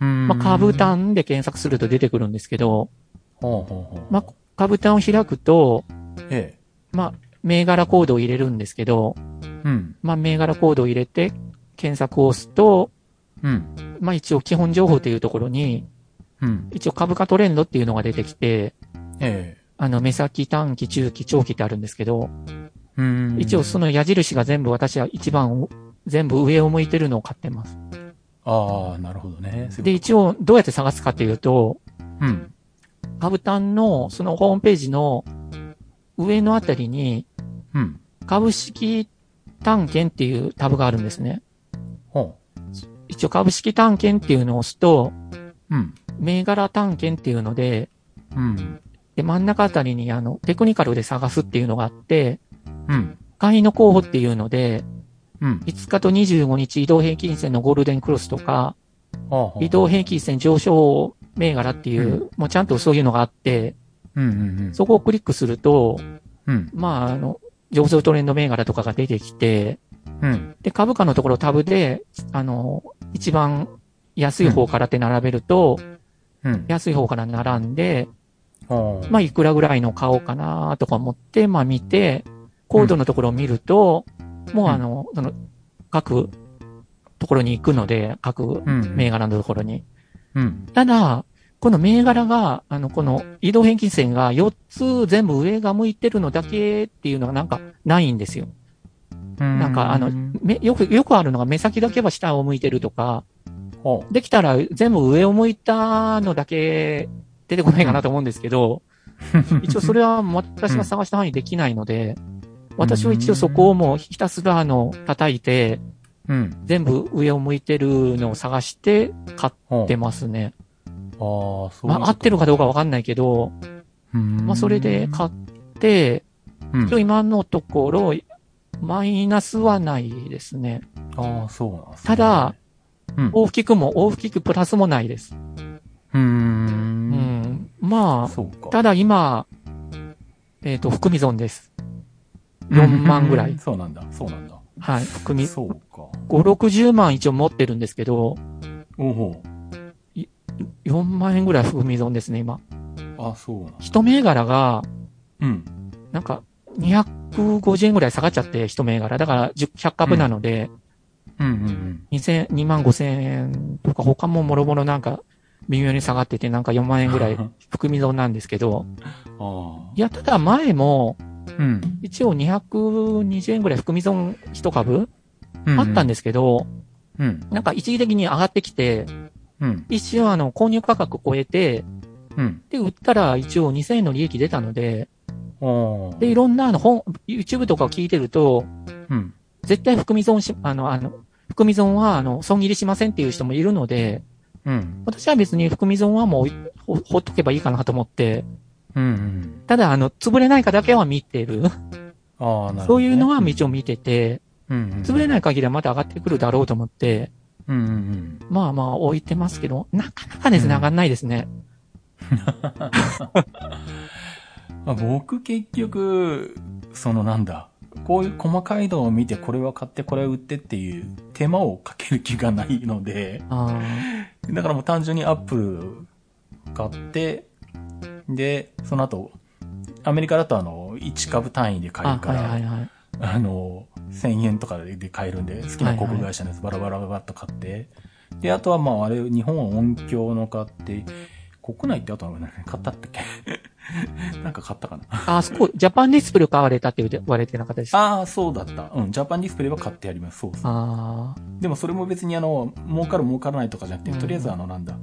うんまあ、株。単で検索すると出てくるんですけど、ほうほうほう。まあ、株単を開くと、えまあ、銘柄コードを入れるんですけど、え。うん。まあ、銘柄コードを入れて検索を押すと、うん。まあ、一応基本情報というところに、うん。一応株価トレンドっていうのが出てきて、えあの、目先、短期、中期、長期ってあるんですけど、え。うん。一応その矢印が全部私は一番、全部上を向いてるのを買ってます。ああ、なるほどね。そうで、いうこ一応どうやって探すかっていうと、とうん。カブタンのそのホームページの上のあたりにうん。株式探検っていうタブがあるんですね。ほ一応株式探検っていうのを押すと、う。うん。銘柄探検っていうので、うん。で、真ん中あたりにあの、テクニカルで探すっていうのがあって、うん。会員の候補っていうので、うん。 5日と25日移動平均線のゴールデンクロスとか、ほうほう移。動平均線上昇銘柄っていう、もうちゃんとそういうのがあって、うんうんうん。そこをクリックすると、うん。まあ、あの、上昇トレンド銘柄とかが出てきて、うん。で、株価のところタブで、あの、一番安い方からって並べると、うん。安い方から並んで、ほう。まあ、いくらぐらいの買おうかなとか思って、まあ見て、コードのところを見ると、もうあの、その、各ところに行くので、各うん銘柄のところに。うん。ただ、この銘柄が、あの、この移動平均線が4つ全部上が向いてるのだけっていうのがなんかないんですよ。ななんかあの、め、よく、よくあるのが目先だけは下を向いてるとか、ほできたら全部上を向いたのだけ出てこないかなと思うんです けど、一応それは私が探した範囲できないので、私は一応そこをもうひたすらあの、叩いて、う。うん。全部上を向いてるのを探して買ほう。ってますね。ああ、そう。まあ合ってるかどうかわかんないけど、うんまあそれで買って、うん一応今のところ、マイナスはないですね。ああ、そうなんですねただ、うん。大きくも大きくプラスもないです。うー。うんん。まそうあ、か。ただ今、えっ、と、含み損です。4万ぐらうんい。そうなんだ、そうなんだ。はい。含み、そうか。 5、60万一応持ってるんですけど、おほ4万円ぐらい含み損ですね、今。あ、そうなんだ。一銘柄が、うん。なんか、250円ぐらい下がっちゃって、一銘柄。だから、10 100株なので、うんうん2000、2万5000円とか、他ももろもろなんか、微妙に下がってて、なんか4万円ぐらい含み損なんですけど、うん。あいや、ただ前も、あ。うん。一応220円ぐらい含み損一株うんあったんですけど、うん。なんか一時的に上がってきて、うん。一応あの、購入価格超えて、うん。で、売ったら一応2000円の利益出たので、おで、いー。ろんなあの本、YouTube とかを聞いてると、うん。絶対含み損し、あの、あの、含み損は、あの、損切りしませんっていう人もいるので、うん。私は別に含み損はもう、ほ、ほっとけばいいかなと思って、うん。うん。ただ、あの、潰れないかだけは見てる。ああ、なるほどね。そういうのは一応見てて、うんうん。潰れない。ない限りはまた上がってくるだろうと思って、うんうんまあまあ置いてますけど、なかなかですね、うん上がんないですね。うん。まあ僕結局、そのなんだ。こういう細かいのを見て、これは買って、これは売ってっていう手間をかける気がないので、あだからもう単純にアップル買って、で、その後、アメリカだとあの、1株単位でー買えあ、るかはいら、はいはい。あの、1000円とかで買えるんで、好きな航空会社のやつバラバラバラっと買って、で、あとはまああれ、日本は音響の買って、国内ってあとなんか買ったってっけ なんか買ったかなあー、そこ、ジャパンディスプレイ買われたって言われてなかったです。あああ、そうだった。うん、ジャパンディスプレイは買ってやります。そうそう。あー、でもそれも別にあの、儲かる儲からないとかじゃなくて、うんとりあえずあの、なんだ、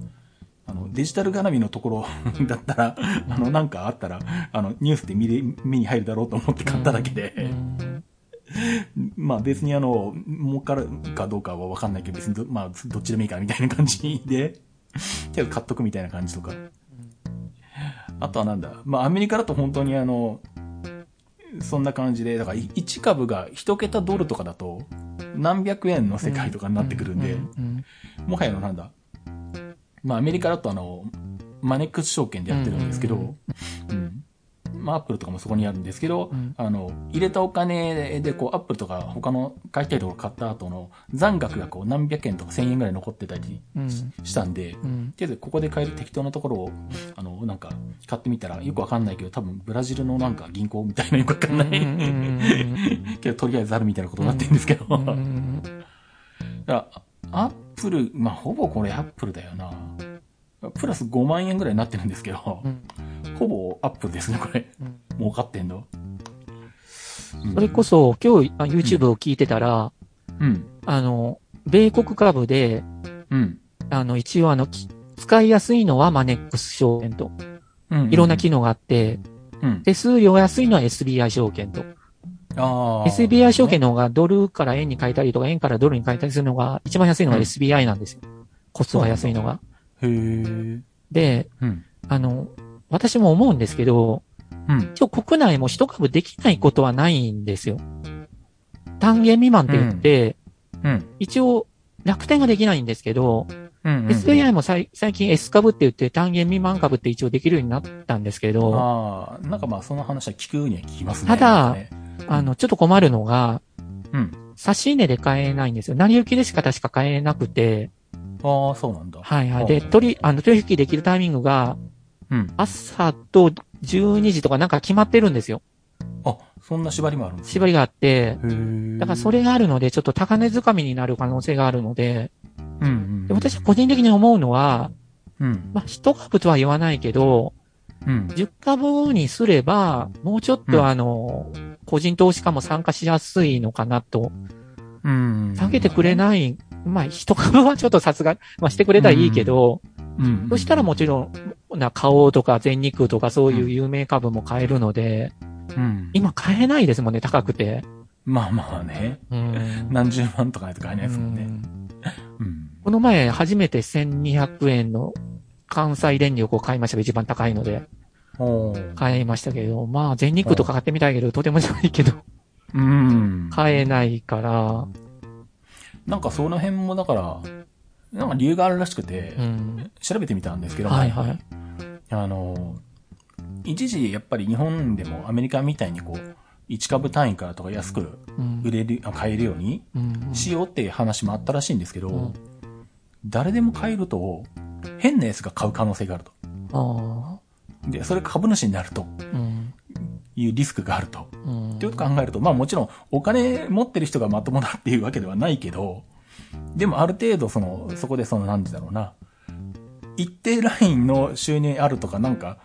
あの、デジタル絡みのところ だったら、あの、なんかあったら、あの、ニュースで見れ、目に入るだろうと思って買っただけで、うんまあ別にあの、儲かるかどうかはわかんないけど、別にど、まあどっちでもいいかみたいな感じで、とりあえず買っとくみたいな感じとか。あとはなんだ、まあアメリカだと本当にあの、そんな感じで、だから1株が1桁ドルとかだと、何百円の世界とかになってくるんで、ううんもはやのなんだ、まあアメリカだとあの、マネックス証券でやってるんですけど、ううんんまあアップルとかもそこにあるんですけど、うんあの、入れたお金でこうアップルとか他の買いたいとこ買った後の残額がこう何百円とか千円ぐらい残ってたりうんうんししたんで、うんとりあえずここで買える適当なところを、あの、なんか買ってみたらよくわかんないけど多分ブラジルのなんか銀行みたいなよくわかんない、うんうん けどとりあえずあるみたいなことになってるんですけど、うんうんうんだからアップル、まあ、ほぼこれアップルだよな。プラス5万円ぐらいになってるんですけどう、んほぼアップルですね、これ。うん儲かってんの。うんそれこそ、今日あ YouTube を聞いてたら、うん。あの、米国株で、うん。あの、一応あの、き使いやすいのはマネックス証券と、うん。いろんな機能があって、うん。手数料安いのは SBI 証券と。ああ。 SBI 証券の方がドルから円に変えたりとか、円からドルに変えたりするのが、一番安いのがうん SBI なんですよ。コストが安いのが。へえ。うん。で、うん。あの、私も思うんですけど、一応国内も一株できないことはないんですよ。単元未満って言って、うん。一応、楽天ができないんですけど、うん。 SBI もさい最近 S 株って言って単元未満株って一応できるようになったんですけど、あああ、なんかまあ、その話は聞くには聞きますね。ただなんかねの、ちょっと困るのが、うん。差し値で買えないんですよ。成り行きでしか確か買えなくて、ああ、そうなんだ。はいはい。あで、取り、あの、取引できるタイミングが、うん。朝と12時とかなんか決まってるんですよ。あ、そんな縛りもあるんです縛りがあって、へえ。だからそれがあるので、ちょっと高値掴みになる可能性があるので、うん。うん。で私は個人的に思うのは、うん。まあ、一株とは言わないけど、うん。 10株にすれば、もうちょっうんとあの、個人投資家も参加しやすいのかなと。うん。下げてくれない、まあ、一株はちょっとさすが、まあ、してくれたらいいけど、うん。そしたらもちろん、な、花王とか全日空とかそういう有名株も買えるので、うん。今買えないですもんね、高くて。まあまあね。うん。何十万とかないと買えないですもんうね。んうん。この前、初めて1200円の関西電力を買いましたけど、一番高いので。おー買いましたけど、まあ、全日空とか買ってみたいけど、とてもじゃないけど、 うん。買えないから、なんかその辺もだから、なんか理由があるらしくて、うん。調べてみたんですけども、はいはい。あの、一時やっぱり日本でもアメリカみたいにこう、1株単位からとか安くうん売。れる、あ買えるようにうんしようっていう話もあったらしいんですけど、うん誰でも買えると、変なやつが買う可能性があると。あで、それが株主になるとあ。うん。いうリスクがあると。うん。っていうことを考えると、まあもちろんお金持ってる人がまともだっていうわけではないけど、でもある程度その、そこでその、なんて言うんだろうな、一定ラインの収入あるとかなんか、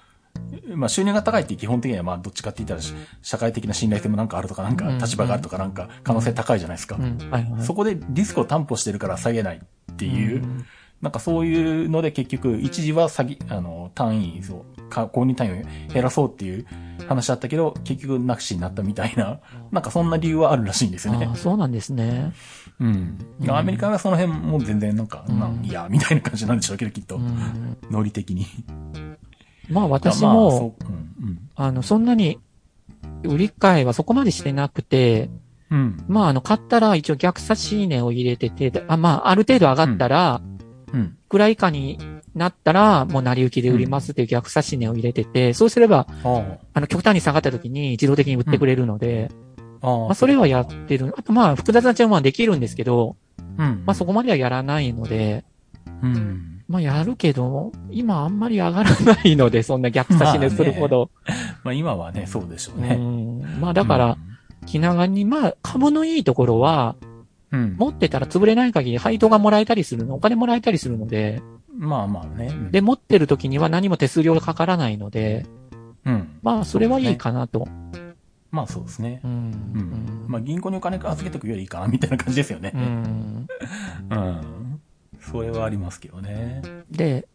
まあ収入が高いって基本的にはまあどっちかって言ったらし社会的な信頼性もなんかあるとかなんかうん立場があるとかなんか可能性高いじゃないですか。うん。はいはい。そこでリスクを担保してるから下げないっていう、んなんかそういうので結局一時は下げ、あの、単位を、か購入単位を減らそうっていう話だったけど、結局なくしになったみたいな、なんかそんな理由はあるらしいんですよねああ、。そうなんですね。うん。うんアメリカはその辺も全然なんか、うんなんいや、みたいな感じなんでしょうけど、きっと。うん。ノリ的に。まあ私まあも、そううん。あの、そんなに、売り買いはそこまでしてなくて、うん。うん。まあ、あの、買ったら一応逆差し値を入れてて、であまあ、ある程度上がったら、うん。いくら以下になったら、もう成り行きで売りますっていう逆差し値を入れてて、そうすれば、ああの、極端に下がった時に自動的に売ってくれるので、あ。ああ。まあ、それはやってる。あと、まあ、複雑な注文はできるんですけど、うん。まあ、そこまではやらないので、うん。まあ、やるけど、今あんまり上がらないので、そんな逆差し値するほど。まあ今はね、そうでしょううね。ん。まあ、だから、気長に、まあ、株のいいところは、うん、うん。持ってたら潰れない限り配当がもらえたりするの、お金もらえたりするので、まあまあね。うんで、、持ってる時には何も手数料がかからないので、うん。まあ、それはいいかなと。まあそうですねう。うんん。。まあ銀行にお金預けておくよりいいかな、みたいな感じですよねう。ん。うん。それはありますけどね。で、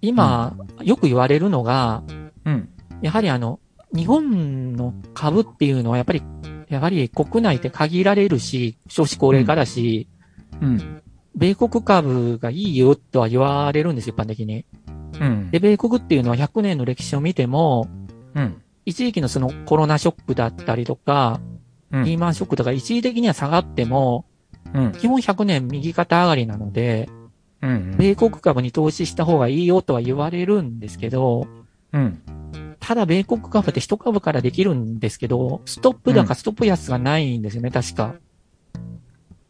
今、よく言われるのが、うん。やはりあの、日本の株っていうのはやっぱり、やはり国内って限られるし、少子高齢化だし、うん。米国株がいいよとは言われるんですよ、一般的に。うんで、。米国っていうのは100年の歴史を見ても、うん。一時期のそのコロナショックだったりとか、うんリーマンショックとか一時的には下がっても、うん。基本100年右肩上がりなので、うん。米国株に投資した方がいいよとは言われるんですけど、うん。ただ米国株って一株からできるんですけど、ストップ高、ストップ安がないんですよね、確か。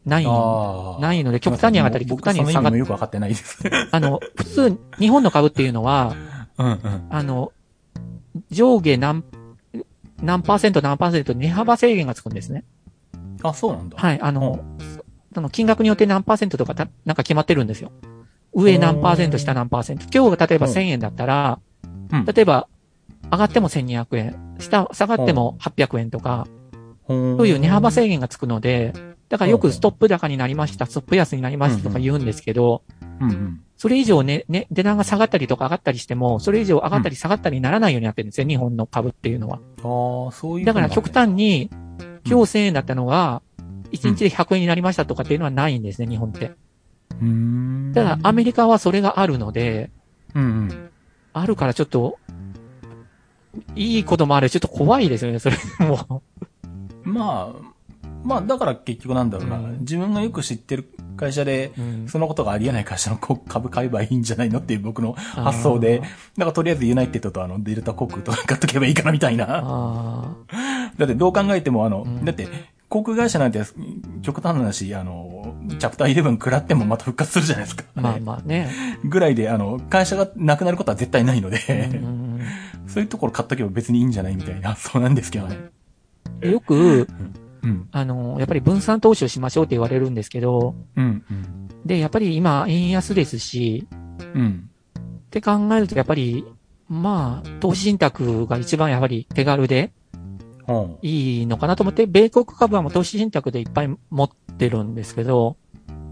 ない。ああ。ないので、極端に上がったり、極僕端に下その意味がっもよくわかってないです。あの、普通、日本の株っていうのは、うんうん。あの、上下何、何パーセント何パーセント値幅制限がつくんですね。あ、そうなんだ。はい、あの、その金額によって何パーセントとかた、なんか決まってるんですよ。上何パーセント、下何パーセント。今日例えばうん1000円だったら、うん例えば、上がっても1200円、下、下がっても800円とか、そという値幅制限がつくので、だからようくんストップ高になりました、ストップ安になりましたとか言うんですけど、うんうん。それ以上ね、ね、値段が下がったりとか上がったりしても、それ以上上がったり下がったりにならないようになってるんですよ、日本の株っていうのは。ああ、そういうことなだかんらね。極端に、今日1000円だったのが、1日で100円になりましたとかっていうのはないんですね、日本って。うーん。ただ、アメリカはそれがあるので、うんうん。あるからちょっと、いいこともあるし、ちょっと怖いですよね、それも。まあ、まあ、だから結局なんだろうな。うん自分がよく知ってる会社で、そのことがありえない会社のこ株買えばいいんじゃないのっていう僕の発想で、なんかとりあえずユナイテッドとあのデルタ航空とか買っとけばいいかなみたいな。あー。だってどう考えてもあの、うんだって、航空会社なんて極端な話、あの、チャプター11食らってもまた復活するじゃないですか。 あーまあまあね。ぐらいで、あの、会社がなくなることは絶対ないので、うんそういうところ買っとけば別にいいんじゃないみたいな、 そうなんですけどね。でよく、うん。あの、やっぱり分散投資をしましょうって言われるんですけど、うん。で、やっぱり今、円安ですし、うん。って考えると、やっぱり、まあ、投資信託が一番やはり手軽でうん。いいのかなと思って、米国株はもう投資信託でいっぱい持ってるんですけど、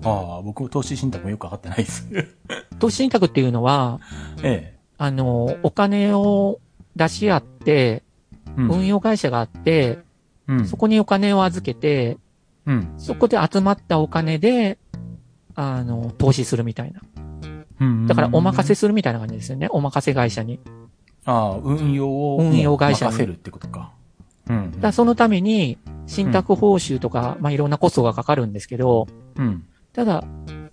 ああ、僕、投資信託もよくわかってないです。 投資信託っていうのは、ええ。あの、お金を出し合って、うん。運用会社があって、うんそこにお金を預けて、うん。そこで集まったお金で、あの、投資するみたいな。うん。だからお任せするみたいな感じですよね。お任せ会社に。ああ、運用を。運用会社に任せるってことか。うんだからそのために、信託報酬とか、まあ、いろんなコストがかかるんですけど、うん。ただ、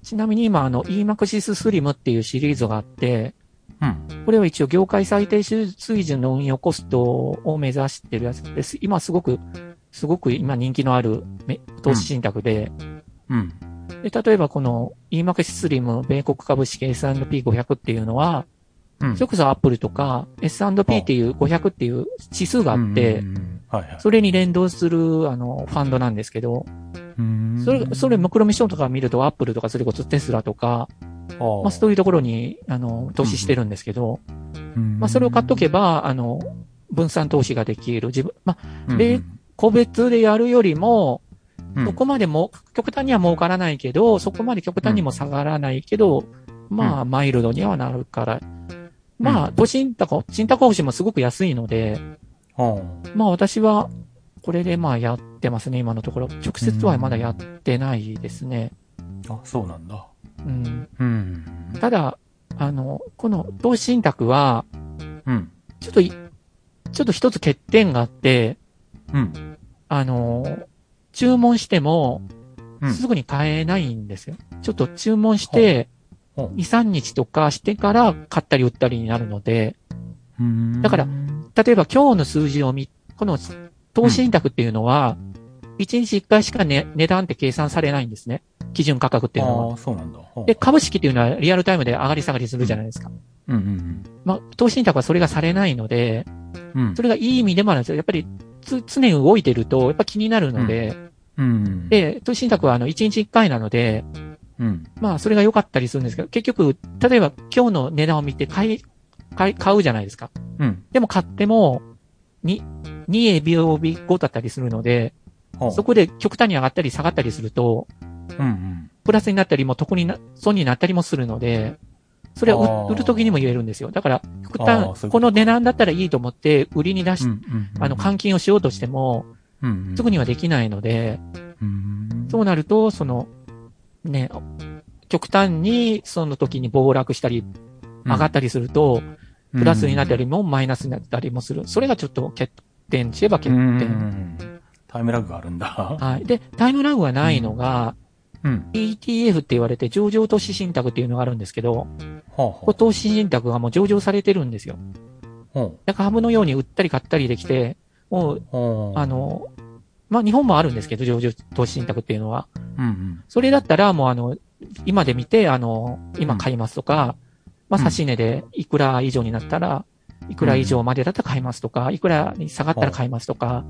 ちなみに今、あの、EMAXIS SLIM っていうシリーズがあって、うん。これは一応業界最低水準の運用コストを目指してるやつです。今すごく、すごく今人気のあるめ投資信託で、うん。で例えばこの EMAX スリム米国株式 S&P500 っていうのは、うん。それこそアップルとか S&P っていう500っていう指数があってう、ん。はいはい。それに連動するあのファンドなんですけど、うんそれ、それ、目論見書とか見るとアップルとかそれこそテスラとか、あまあ、そういうところに、あの、投資してるんですけど、うんまあ、それを買っとけば、あの、分散投資ができる。自分、まあ、うんで個別でやるよりも、うんそこまでも、極端には儲からないけど、そこまで極端にも下がらないけど、まあ、マイルドにはなるから。まあ、都心高、新高保もすごく安いので、うんまあ私は、これでまあやってますね、今のところ。直接はまだやってないですね。あ、そうなんだ。うん。うん。ただ、あの、この投資信託は、うん。ちょっとい、ちょっと一つ欠点があって、うん。あの、注文してもうん、すぐに買えないんですよ。ちょっと注文して、ほう2、3日とかしてから買ったり売ったりになるので、うんだから例えば今日の数字を見、この投資信託っていうのは、1日1回しか、ね、値段って計算されないんですね。基準価格っていうのあは。あ、そうなんだ。ほうで、株式っていうのはリアルタイムで上がり下がりするじゃないですか。うんうんまあ、投資信託はそれがされないので、うん。うんそれがいい意味でもあるんですよ。やっぱりつ常に動いてると、やっぱ気になるので、うん。で、投資信託はあの1日1回なので、うん、まあ、それが良かったりするんですけど、結局、例えば今日の値段を見て買い、買い、買うじゃないですか。うん。でも買っても、に、2エビオビ5だったりするので、ほうそこで極端に上がったり下がったりすると、うんうん。プラスになったりも得にな、損になったりもするので、それあはー売売るときにも言えるんですよ。だから、極あーそういうこ端、とこの値段だったらいいと思って、売りに出し、うんうんうんあの、換金をしようとしても、うんうんすぐにはできないので、うんそうなると、その、ね、極端にその時に暴落したり、上がったりすると、プラスになったりもマイナスになったりもする。それがちょっと欠点といえば欠うん点。タイムラグがあるんだ。はい。で、タイムラグがないのが、うん。 ETF って言われて上場投資信託っていうのがあるんですけど、ほうこほこう投資信託がもう上場されてるんですよ。ほだから株のように売ったり買ったりできて、もうう。、ほうあ、の、まあ、日本もあるんですけど、上場投資信託っていうのは。うんうん。それだったらもうあの、今で見て、あの、今買いますとか、まうあ、ん差し値でいくら以上になったら、いくら以上までだったら買いますとか、いくらに下がったら買いますとか、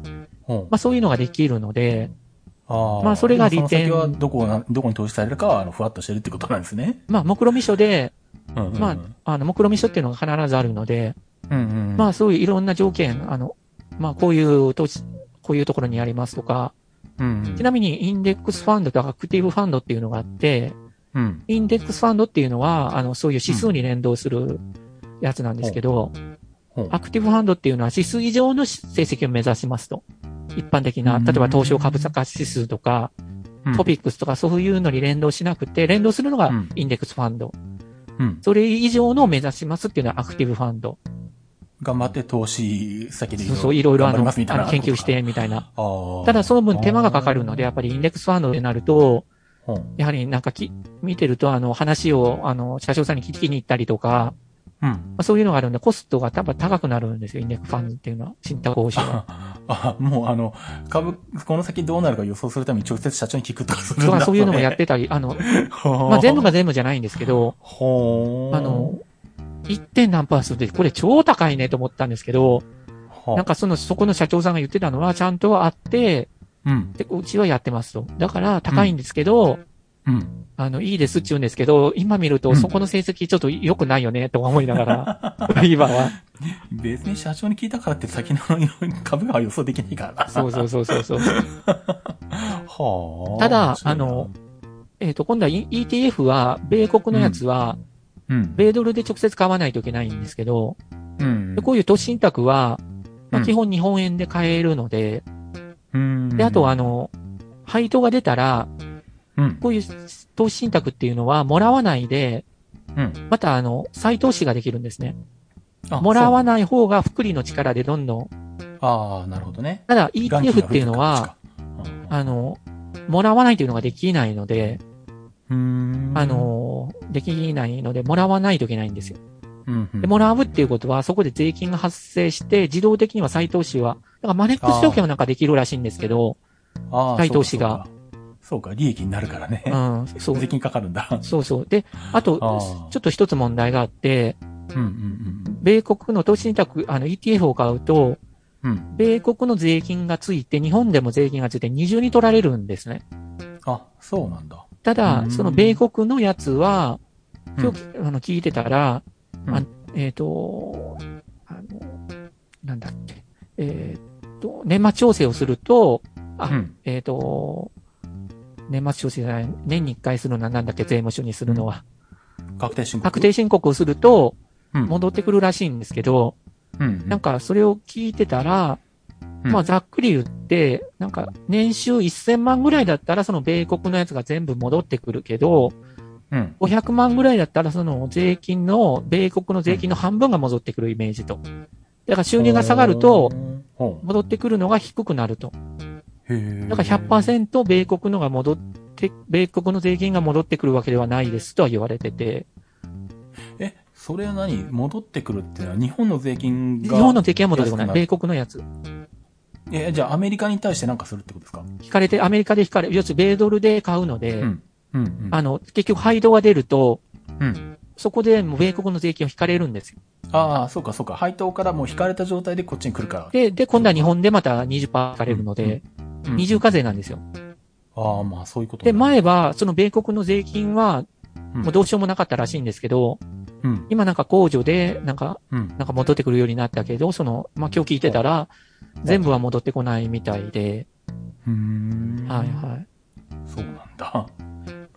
ほうまあ、そういうのができるので、あまあそれが利利点点。その先はどこな、どこに投資されるかは、あの、ふわっとしてるってことなんですね。まあ、目論見書で、うんうんうんまあ、あの、目論見書っていうのが必ずあるので、うんうん。まあそういういろんな条件、あの、まあこういう投資、こういうところにやりますとか、うんうん、ちなみにインデックスファンドとアクティブファンドっていうのがあって、うん。インデックスファンドっていうのは、あの、そういう指数に連動するやつなんですけど、ほうアクティブファンドっていうのは指数以上の成績を目指しますと。一般的な、例えば東証株価指数とか、うんトピックスとかそういうのに連動しなくて、連動するのがうんインデックスファンド。うん。それ以上のを目指しますっていうのはアクティブファンド。頑張って投資先でそうそう、いろいろあ頑張りの、あますみたいなの研究し。てみたいな。あーただその分手間がかかるので、やっぱりインデックスファンドになると、ほうやはりなんかき、見てると、あの、話を、あの、社長さんに聞きに行ったりとか、うん。まあ、そういうのがあるんで、コストが多分高くなるんですよ、インデックスファンドっていうのは、信託報酬は。 あ、もうあの、株、この先どうなるか予想するために直接社長に聞くとかするんとだかそういうの もやっる。てたり、あの、ままあ、全部が全部じゃないんですけど、ほーあの、1. 点何パーセントで、これ超高いねと思ったんですけど、ほうなんかその、そこの社長さんが言ってたのは、ちゃんとあって、うん、で、うちはやってますと。だから、高いんですけど、うん。あの、いいですって言うんですけど、今見るうとんそこの成績ちょっと良くないよね、とか思いなが ら、今は。別に社長に聞いたからって先の 株が予想できないからな。そうそうそうそうそう。はあ。ただ面白いなあの、えっ、と、今度は E- ETF は、米国のやつは、うん。米ドルで直接買わないといけないんですけど、うんで。こういう都市信託は、まうあ、ん基本日本円で買えるので、うんで、あとはあ、の、配当が出たら、うん。こういう投資信託っていうのは、もらわないで、うんまたあの、再投資ができるんですね。あもらわない方が、福利の力でどんどんそうああ、なるほどね。ただ ETF っていうのは、元金が増えてくる感じか、あの、もらわないというのができないので、うんあ、の、できないので、もらわないといけないんですよ。うんうんで、もらうっていうことは、そこで税金が発生して、自動的には再投資は、だからマネックス証券はなんかできるらしいんですけど、ああ対投資が。そうかそうか、そうか利益になるからね。うん、そ税う。金かかるんだ。そうそう。で、あと、あーちょっと一つ問題があって、うんうん米国の投資信託、あの ETF を買うと、うん。うん。米国の税金がついて、日本でも税金がついて二重に取られるんですね。あ、そうなんだ。ただう、んその米国のやつは、今日、あの、聞いてたら、うんあえっ、と、あの、なんだっけ、えっ、と、年末調整をすると、あうん。えっ、と、年末調整じゃない、年に一回するのはなんだっけ、税務署にするのは。確定申告。確定申告をすると、うん戻ってくるらしいんですけど、うん。なんかそれを聞いてたら、うんまあざっくり言って、なんか年収1000万ぐらいだったらその米国のやつが全部戻ってくるけど、うん。 500万ぐらいだったらその税金の、米国の税金の半分が戻ってくるイメージと。だから収入が下がると、ほう、戻ってくるのが低くなると。へーだから100%米国のが戻って、米国の税金が戻ってくるわけではないですとは言われてて、え、それは何戻ってくるってのは日本の税金日が。本の税金は戻ってこな安い。くなる米国のやつ。え、じゃあアメリカに対して何かするってことですか引かれて、アメリカで引かれ、要するに米ドルで買うので、うん。うんうん。あの、結局配当が出ると、うんそこでもう米国の税金を引かれるんですよ。ああ、そうかそうか。配当からもう引かれた状態でこっちに来るから。で、で、今度は日本でまた20%引かれるので、うん二重課税なんですよ。ああ、まあそういうことねで、、前は、その米国の税金は、うんもうどうしようもなかったらしいんですけど、うん。今なんか控除で、なんか、うん。なんか戻ってくるようになったけど、その、まあ、今日聞いてたら、全部は戻ってこないみたいで、うーん。はいはい。そうなんだ。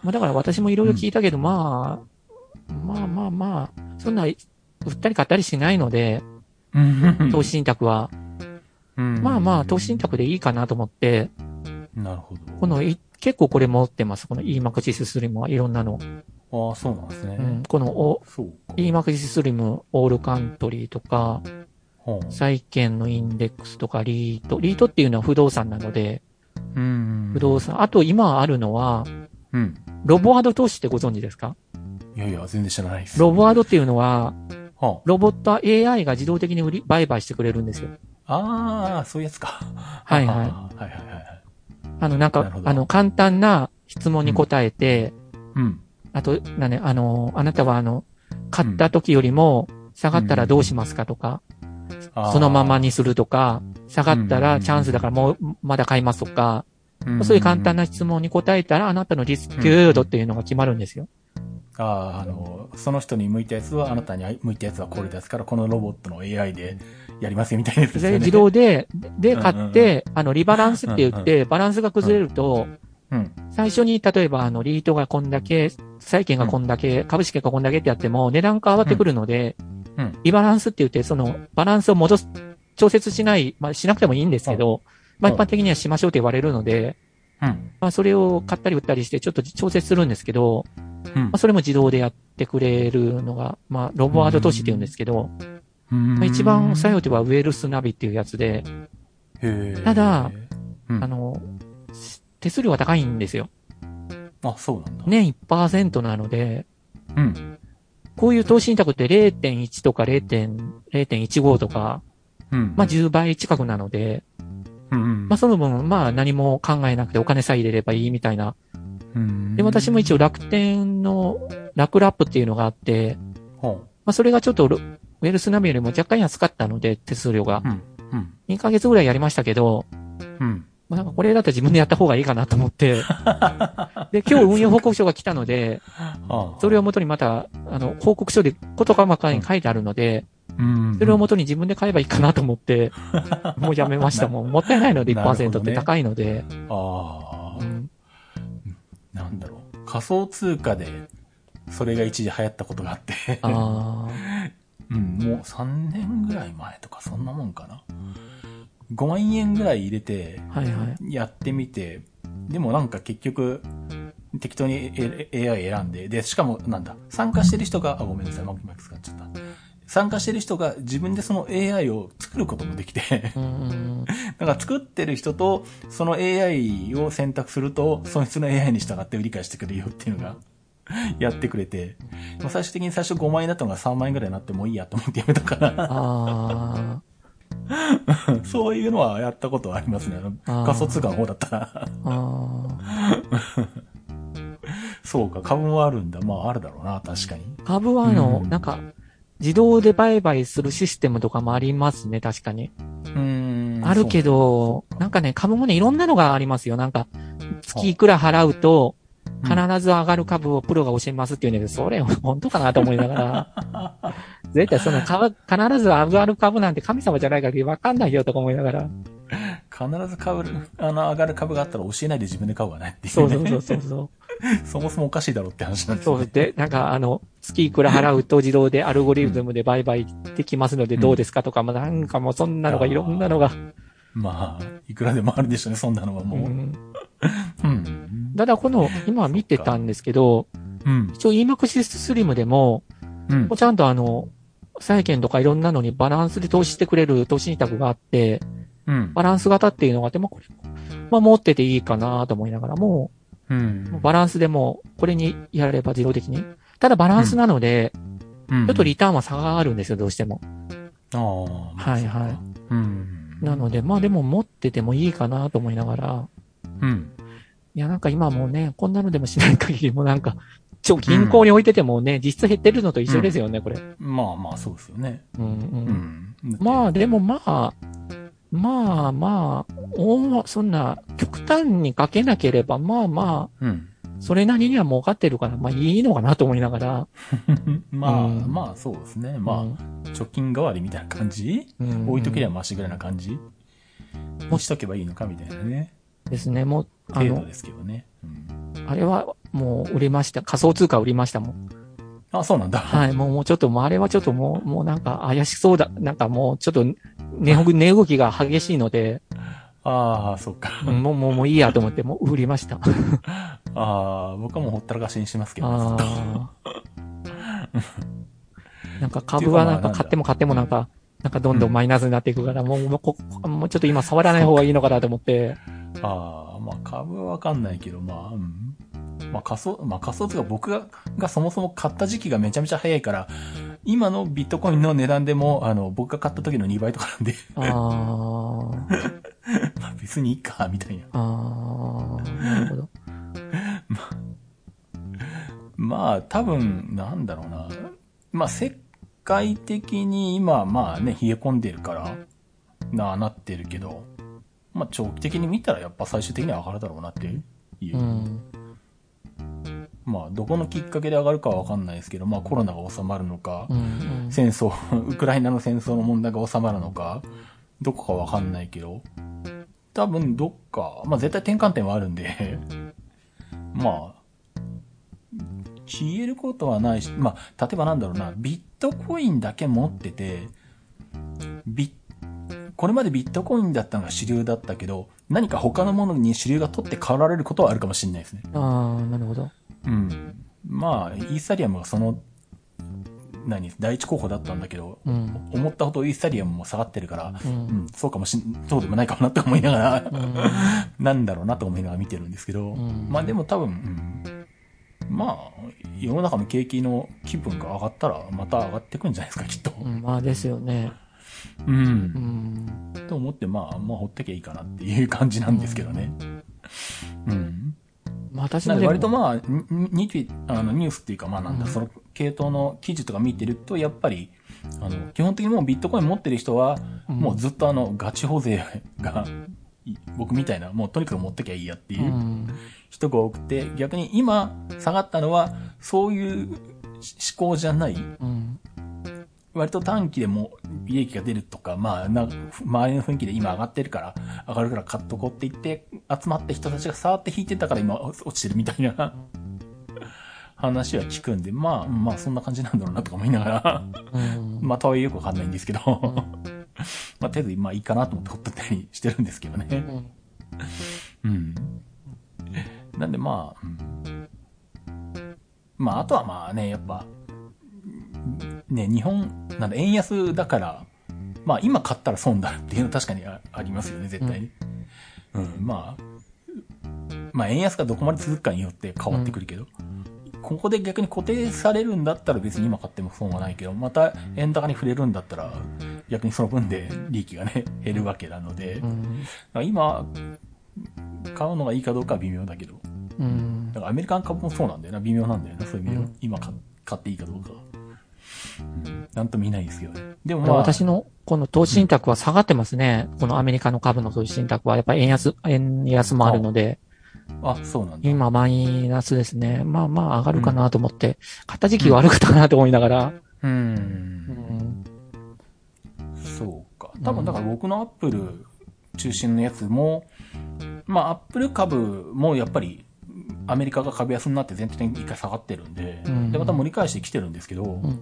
まあ、だから私もいろいろ聞いたけど、まあ、まあまあまあ、そんな、売ったり買ったりしないので、うん投資信託は。うんまあまあ、投資信託でいいかなと思って、なるほど。このい、結構これ持ってます。この EMAXIS スリムはいろんなの。ああ、そうなんですね。うん、このおそうか。 EMAXIS スリムオールカントリーとか、ほう債券のインデックスとか、リート。リートっていうのは不動産なので、うん不動産。あと今あるのは、うん。ロボアド投資ってご存知ですかいやいや、全然知らないです。ロボアドっていうのは、はロボット AI が自動的に売り、売買してくれるんですよ。あ、ああ、そういうやつか。はいはいあ ーはいはいはいはい。あの、なんなるかほ、どあの、簡単な質問に答えて、うん。あと、なね、あの、あなたはあの、買った時よりも、下がったらどうしますかとか、あーそのまま。にするとか、下がったうらんチャンスだからもう、まだ買いますとか、んそういう簡単。な質問に答えたら、あなたのリスク度っていうのが決まるんですよ。ああ、あの、その人に向いたやつは、あなたに向いたやつはこれですから、このロボットの AI でやりますよみたいなやつですよね。で自動で、で、うんうん買って、あの、リバランスって言って、バランスが崩れると、うん。最初に、例えば、あの、リートがこんだけ、債券がこんだけ、株式がこんだけってやっても、値段が上がってくるので、うんうんリバランスって言って、その、バランスを戻す、調節しない、まあ、しなくてもいいんですけど、まあ、うん一般的にはしましょうって言われるので、うん。まあ、それを買ったり売ったりして、ちょっと調節するんですけど、うんまあ、それも自動でやってくれるのが、まあ、ロボアード投資って言うんですけど、うんまあ、一番最後ではウェルスナビっていうやつで、へーただ、うんあの、手数料が高いんですよ。あ、そうなんだ。年1%なので、うん。こういう投資信託って0.1とか0.0.15とか、うん。まあ、10倍近くなので、うんうんまあ、その分、まあ、何も考えなくてお金さえ入れればいいみたいな。うんで、私も一応楽天の楽ラップっていうのがあって、ほまあ、それがちょっとロウェルスナビよりも若干安かったので、手数料がう。。うん。 2ヶ月ぐらいやりましたけど、うん。まあ、なんかこれだったら自分でやった方がいいかなと思って。で、今日運用報告書が来たので、ああそれをもとにまた、あの、報告書で事細かに書いてあるので、うんそれを元に自分で買えばいいかなと思 って、もうやめました。もうもったいないのでなるほどね1%って高いので、あうあ、んなんだろう。仮想通貨で、それが一時流行ったことがあって。あ うん、もう3年ぐらい前とかそんなもんかな。5万円ぐらい入れて、ーはいはい。やってみて、でもなんか結局、適当にええ AI 選んで、で、しかもなんだ、参加してる人が、あ、ごめんなさい、マイクマイク使っちゃった。参加してる人が自分でその AI を作ることもできて、 うんうんなんか作ってる人と、その AI を選択すると、そいつの AI に従って売り返してくれるよっていうのが、 やってくれて、まあ最終的に最初5万円だったのが3万円ぐらいになってもういいやと思ってやめたから、 あそういうのはやったことはありますね。ああのー仮想通貨の方だったら。ーあそうか、株もあるんだ。まあ、あるだろうな、確かに。ー株はあのう、んなんか、自動で売買するシステムとかもありますね、確かに。うんあるけど。ど、なんかね、株もね、いろんなのがありますよ。なんか、月いくら払うと、必ず上がる株をプロが教えますって言うんだけど、それ本当かなと思いながら、 絶対そのか必ず上がる株なんて神様じゃないからわかんないよとか思いながら、必ず買う、あの、上がる株があったら教えないで自分で買うわねっていう、そね。うそうそうそうそう。 そもそもおかしいだろうって話なんですそようね。で、なんかあの、月いくら払うと自動でアルゴリズムで売買できますのでどうですかとか、まあなんかもうそんなのがいろんなのが、まあ、いくらでもあるでしょうね、そんなのはうもう。うん。ん、うん。ただこの、今見てたんですけど、うん。一応 EMAX スリムでも、うんもう。ちゃんとあの、債券とかいろんなのにバランスで投資してくれる投資信託があって、うん。バランス型っていうのがあって、まあこれも、まあ持ってていいかなと思いながらも、う。もうんバランスでもうこれにやれば自動的に。ただバランスなので、うん。ちょっとリターンは差があるんですよ、どうしても。ああ、まあはいはい。うん。なので、まあでも持っててもいいかなと思いながら、うん。いやなんか今もうね、こんなのでもしない限りもうなんか、ちょ、銀行に置いててもね、実質減ってるのと一緒ですよね、これ。まあまあ、そうですよね。うんうんうん。まああ、でもまあ、まあまあ、おそんな、極端にかけなければ、まあまうん。あ、それなりには儲かってるから、まあいいのかなと思いながら。 まあ、うんまあ、そうですね。まあ、貯金代わりみたいな感じあ、うん置いとけりゃマシぐらいな感じにしとけばいいのかみたいなね。ですね、もう、あ程度の、ですけどね。うんあれはもう売れました。仮想通貨売りましたもん。あ、そうなんだ。はい、もう、もうちょっと、もうあれはちょっともう、もうなんか怪しそうだ。なんかもう、ちょっと、値動き、値動きが激しいので、ああ、そうか。うんもう、もう、もういいやと思って、もう売りました。ああ、僕はもうほったらかしにしますけどね、ずっとあ あ。なんか株はなんか買っても買ってもなんか、なんかどんどんマイナスになっていくから、もう、もうこ、もうちょっと今触らない方がいいのかなと思って、ああ、まあ株はわかんないけど、まあ、うん。まあ仮想、まあ仮想通貨僕が、がそもそも買った時期がめちゃめちゃ早いから、今のビットコインの値段でも、あの、僕が買った時の2倍とかなんで、 ああ、まあ別にいいか、みたいな。ああ、なるほど。まあ多分、なんだろうな。まあ世界的に今、まあね、冷え込んでるから、なあなってるけど、まあ長期的に見たらやっぱ最終的には上がるだろうなっていう。うん。まあどこのきっかけで上がるかはわかんないですけど、まあコロナが収まるのか、うん、うん。戦争、ウクライナの戦争の問題が収まるのか、どこかわかんないけど、多分どっか、まあ絶対転換点はあるんで、 まあ、消えることはないし、まあ、例えばなんだろうな、ビットコインだけ持ってて、ビッこれまでビットコインだったのが主流だったけど、何か他のものに主流が取って変わられることはあるかもしれないですね。ああ、なるほど。うん。まあ、イーサリアムがその、何、第一候補だったんだけど、うん。思ったほどイーサリアムも下がってるから、う。うんん、そうかもしん、そうでもないかもなって思いながらう、ん。なんだろうなと思いながら見てるんですけど、うんまあでも多分、うん、まあ、世の中の景気の気分が上がったら、また上がってくんじゃないですか、きっと。うんまあですよね。う。うんん。と思って、まあ、まあ、ほっときゃいいかなっていう感じなんですけどね。うん。まあ私なもんででも割とまあ、にににあのニュースっていうか、まあなんだ、うんその系統の記事とか見てると、やっぱり、あの、基本的にもうビットコイン持ってる人は、うん。もうずっとあの、ガチ保税が、い僕みたいな、もうとにかく持ってきゃいいやっていううん人が多くて、逆に今下がったのは、そういう思考じゃない、うん。割と短期でも利益が出るとか、まあ、な周りの雰囲気で今上がってるから、上がるから買っとこうって言って、集まった人たちが触って引いてたから今落ちてるみたいな 話は聞くんで、まあ、まあそんな感じなんだろうなとか思いながら、 うん。まあ、とはいえよくわかんないんですけど、 まあ、とりあえず、まあいいかなと思ってほっとったりしてるんですけどね。うんうん。なんでまあ、うん、まああとはまあね、やっぱ、ね、日本、なんだ、円安だから、まあ今買ったら損だっていうのは確かにあありますよね、絶対に。うん、まあ、まあ円安がどこまで続くかによって変わってくるけど、ここで逆に固定されるんだったら別に今買っても損はないけど、また円高に触れるんだったら、逆にその分で利益がね、減るわけなので、うん。まあ今、買うのがいいかどうかは微妙だけど。うんだ。からアメリカン株もそうなんだよな。微妙なんだよな。そういう意味ではうん今買買っていいかどうかは。うんなんとも言えないですけどね。でもまだからあ、私のこの投資信託は下がってますね。このアメリカの株の投資信託は、やっぱ円安、円安もあるので、あ、そうなんだ。今、マイナスですね。まあまあ、上がるかなと思って、買った時期悪かったなと思いながら。う。うんん。そうか。多分、だから僕のアップル中心のやつも、まあ、アップル株もやっぱり、アメリカが株安になって全体的に一回下がってるんで、うんで、また盛り返してきてるんですけど、ん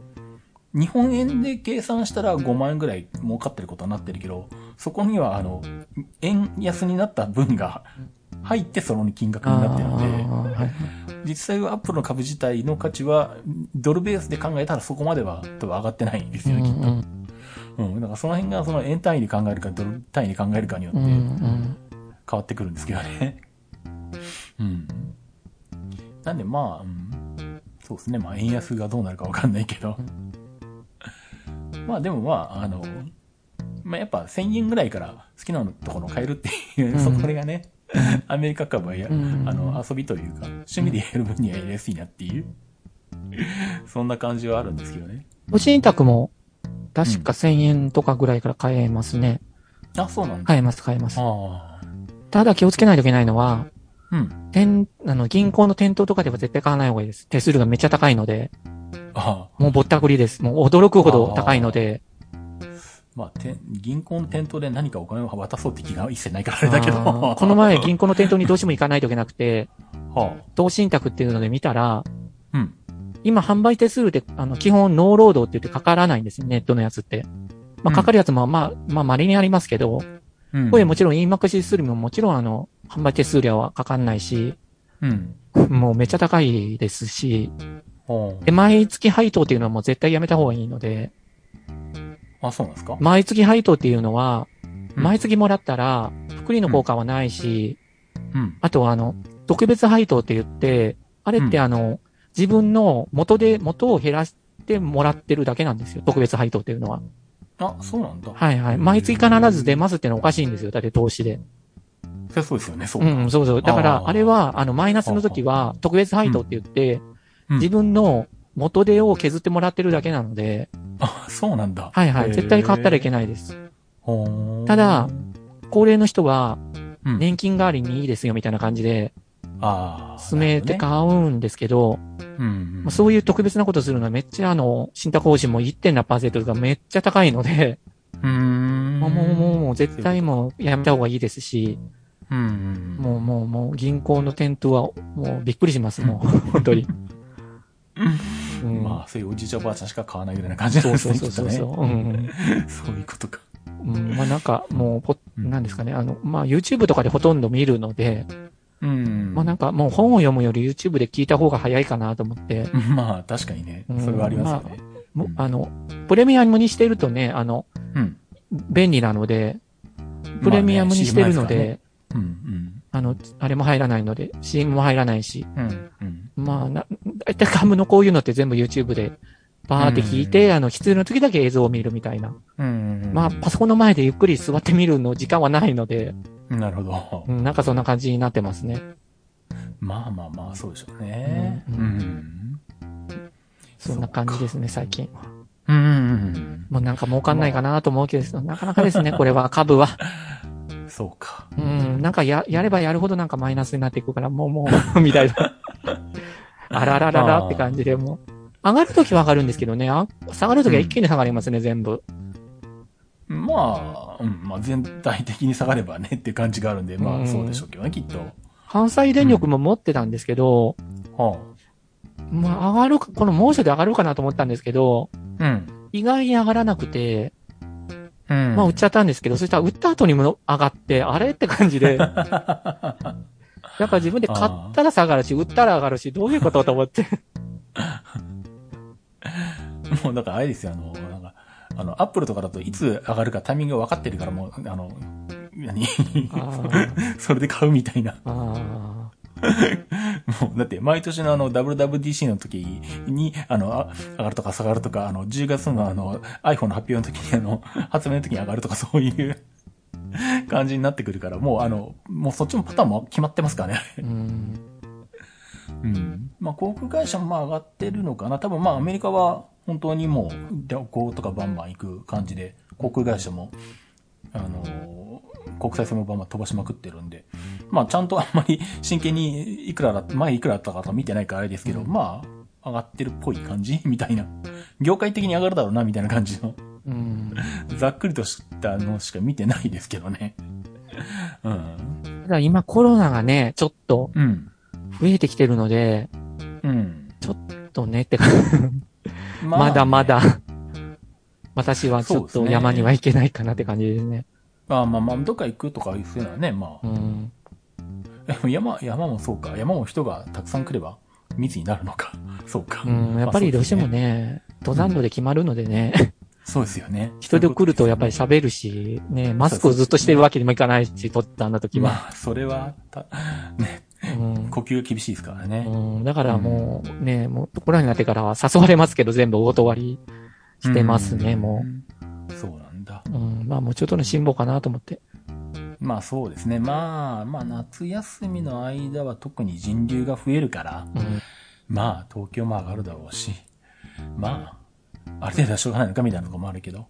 日本円で計算したら5万円ぐらい儲かってることになってるけど、そこには、あの、円安になった分が入ってその金額になってるんで、あーはい実際はアップルの株自体の価値は、ドルベースで考えたらそこまでは多分上がってないんですうよね、きっんうんと。うん。だからその辺がその円単位で考えるか、ドル単位で考えるかによってうん変うんわってくるんですけどね。うん。なんでまあ、うん、そうですね。まあ円安がどうなるかわかんないけど。まあでもまあ、あの、まあやっぱ1000円ぐらいから好きなところを買えるっていう、うんそこがね、アメリカ株はや、うんあの、遊びというか、趣味でやる分にはやりやすいなっていう、そんな感じはあるんですけどね。個人委託も、確か1000円とかぐらいから買えますね。あ、そうなんだ。買えます、買えます。ああ。ただ気をつけないといけないのは、うん。店、あの、銀行の店頭とかでは絶対買わない方がいいです。手数料がめっちゃ高いので、ああ。もうぼったくりです。もう驚くほど高いので、まあ、て銀行の店頭で何かお金を渡そうって気が一切ないからあれだけど。あーこの前 銀行の店頭にどうしても行かないといけなくて、は投資信託っていうので見たら、あ。うん。今販売手数料って、あの、基本ノーロードって言ってかからないんですよ、ネットのやつって。まあ、かかるやつも、まあ、まあ、稀にありますけど、うん。これもちろん EMAX スリムももちろんあの、販売手数料はかかんないし、 うん。もうめっちゃ高いですし、はで、毎月配当っていうのはもう絶対やめた方がいいので、あ。あ、そうなんですか毎月配当っていうのは、うん毎月もらったら、福利の効果はないし、うん。あとはあの、特別配当って言って、あれってあの、自分の元で、元を減らしてもらってるだけなんですよ。特別配当っていうのは。あ、そうなんだ。はいはい。うん毎月必ず出ますってのはおかしいんですよ。だって投資で。そりゃそうですよね、そううか。ん、そうそう。だかあら、ーあれは、あの、マイナスの時は、特別配当って言って、うん自分の元手を削ってもらってるだけなので、あ、そうなんだ。はいはい。絶対買ったらいけない。ないです。ほーただ、高齢の人は、うん年金代わりにいいですよ、みたいな感じで、ああ。勧めて買うんですけなど、るほどね。うんもう。そういう特別なことするのはめっちゃあの、信託報酬も1.7%がめっちゃ高いので、うーん。もうもうもうもう絶対もうやめた方がいいですし、うんうん。もうもうもう銀行の店頭はもうびっくりしま す、もう。本当に。うんまあ、そういうおじいちゃんおばあちゃんしか買わないぐらいな感じなんそうですそうね、そうきっそうそとう。ねうんそういうことか。うん。うんまあなんかもうポ、うんなんですかね、あの、まあ YouTube とかでほとんど見るので、うん。まあなんかもう本を読むより YouTube で聞いた方が早いかなと思って、まあ、確かにね。それはありますよね。もうあの、プレミアムにしてるとね、あの、うん。便利なので、プレミアムにしてるのまあね CM 前すかで、らねうんあの、あれも入らないので、CM も入らないし、うん。うん。うん。まあ、な、だいたい株のこういうのって全部 YouTube で、バーって聞いて、あの、必要な時だけ映像を見るみたいな。うんうん。まあ、パソコンの前でゆっくり座って見るの時間はないので、あ、なるほどう。ん、なんかそんな感じになってますね。まあまあまあ、そうでしょうね。ううんん。そんな感じですね、最近。うんうんもうなんか儲かんないかなと思うけど、なかなかですね、これは、株は。うん。そうか。うん、なんかや、やればやるほどなんかマイナスになっていくから、もうもう、 みたいな。あららららって感じで、もう。上がるときは上がるんですけどね、あ下がるときは一気に下がりますね、全部。まあ、うん、まあ全体的に下がればねって感じがあるんで、まうあんそうでしょうけどね、きっと。関西電力も持ってたんですけど、はまあ上がるか、この猛暑で上がるかなと思ったんですけど、あ。うん。意外に上がらなくて、うん。まあ売っちゃったんですけど、そしたら売った後にも上がって、あれって感 じで。だから自分で買ったら下がるし、売ったら上がるし、どういうことと思って。もうだからあれですよ、あの、なんか、あの、アップルとかだといつ上がるかタイミングが分かってるから、もう、あの、何 あ ーそれで買うみたいな。 あもう、だって、毎年のあの、WWDC の時に、あの、あ上がるとか下がるとか、あの、10月のあの、iPhone の発表の時に、あの、 発明の時に上がるとか、そういう感じになってくるから、もう、あの、もうそっちもパターンも決まってますからね。ー。うんうん。まあ、航空会社もまあ上がってるのかな。多分まあ、アメリカは本当にもう旅行とかバンバン行く感じで、航空会社も、あのー国際線もバンバン飛ばしまくってるんで、まあちゃんとあんまり真剣にいくらだって、前いくらだったかとか見てないからあれですけど、まあ上がってるっぽい感じ みたいな。業界的に上がるだろうなみたいな感じの、 うん。ざっくりとしたのしか見てないですけどね。うん。ただ今コロナがね、ちょっとうん。増えてきてるので、うん。ちょっとねって感 じまあまだま。だ、私はちょっそうとですね山には行けないかなって感じですね。まあまあまあ、どっか行くとかいうのはね、まあう、ん。でも山、山もそうか。山も人がたくさん来れば密になるのか。 そうか。うん、やっぱりどうしてもまあね、登山道で決まるのでね、そうですよね。人で来るとやっぱり喋るし、ね、マスクをずっとしてるわけにもいかないし、撮ったんだ時は。まあ、それは、た、ね、うん呼吸が厳しいですからね。うん、だからもう、ね、もう、コロナになってからは誘われますけど、全部お断りしてますね、うんもそうなんだ。う。うん、まあもうちょっとの辛抱かなと思って。まあそうですね。まあ、まあ夏休みの間は特に人流が増えるから、うん、まあ東京も上がるだろうし、まあ、ある程度はしょうがないのかみたいなとこもあるけど。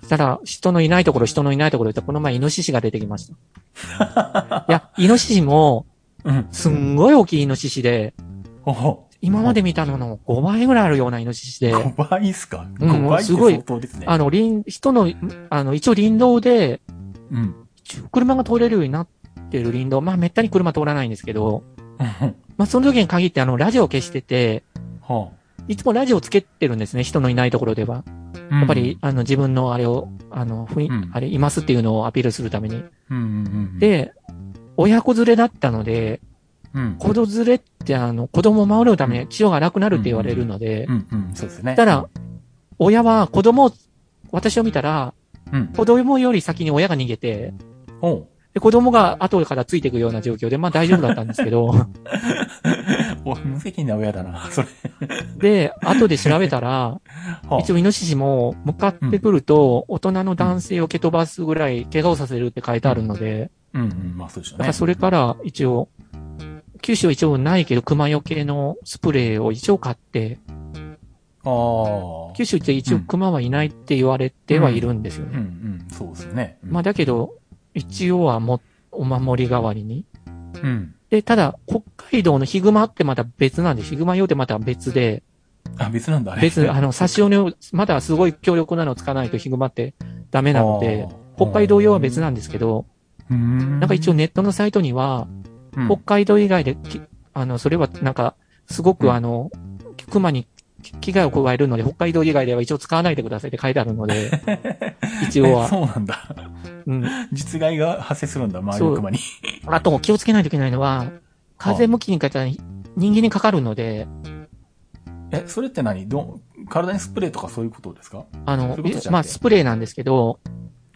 そしたら、人のいないところ、人のいないところで、この前、イノシシが出てき ました。いや、イノシシも、うん。すんごい大きいイノシシで、おほ。今まで見たのの5倍ぐらいあるようなイノシシで、 5倍っすかうん ?5 倍ってすごい相当ですね。あの、林、人の、あの、一応林道で、うん。一応車が通れるようになってる林道、まあ、めったに車通らないんですけど、うんまあ、その時に限って、あの、ラジオを消してて、はいつもラジオつけてるんですね、人のいないところでは。あ。ややっぱり、、あの、自分のあれを、あの、ふい、うんあれ、いますっていうのをアピールするために。うんうんうん、、で、親子連れだったので、うん、子供連れって、あの、子供を守るために気性が荒くなるって言われるのでう、んうん、そうですね。たら、親は子供を、私を見たら、うん、子供より先に親が逃げて、おうで、子供が後からついていくような状況で、まあ大丈夫だったんですけど、 お無責任な親だな、それ。で、後で調べたら、 は一応イノシシも向かってくると、大人の男性を蹴飛ばすぐらい怪我をさせるって書いてあるので、うんうん、まあそうでしょうだかねら。それから一応、九州は一応ないけど、熊よけのスプレーを一応買って、ああ。九州って一応熊はいないって言われてはいるんですようんうね。ん、そうですね。まあだけど、一応はも、お守り代わりに。うん。で、ただ、北海道のヒグマってまた別なんです。ヒグマ用ってまた別で、あ、別なんだ、あれ。別、あの、差しをまだすごい強力なのをつかないとヒグマってダメなのであー、北海道用は別なんですけど、うん。なんか一応ネットのサイトには、うん、北海道以外でき、あの、それはなんか、すごうんくあの、熊に危害を加えるので、北海道以外では一応使わないでくださいって書いてある ので、一応えは。そうなんだ。うん。実害が発生するんだ、周りそのう熊に。あと気をつけないといけないのは、風向きに変えたら人間にかかるので、え、それって何どう体にスプレーとかそういうことですかあそういのうことじゃなく、てまあ、スプレーなんですけど、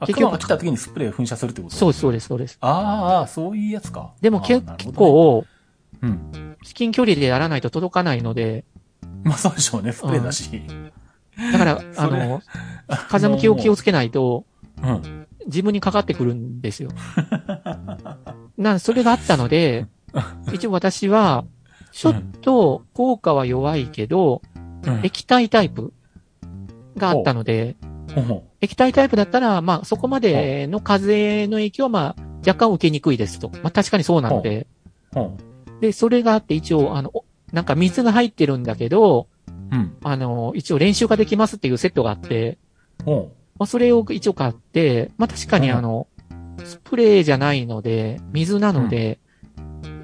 あ、結局熊が来た時にスプレー噴射するってことそうです、そうです、そうです。ああ、そういうやつか。でもあーけなる結ほ構、どねうん。至近距離でやらないと届かない ので、まあそうでしょうね、スプレーだし。だから、あそれの、風向きを気をつけないと、うん。自分にかかってくるんです よ。な、それがあったので、一応私は、ちょっと効果は弱いけど、うん液体タイプがあったので、ほうほう液体タイプだったら、まあ、そこまでの風の影響は、まあ、若干受けにくいですと。まあ、確かにそうなので。ほで、それがあって、一応、あの、おなんか水が入ってるんだけど、う。うん。あの、一応練習ができますっていうセットがあって、ほまあ、それを一応買って、まあ、確かにうんあの、スプレーじゃないので、水なので、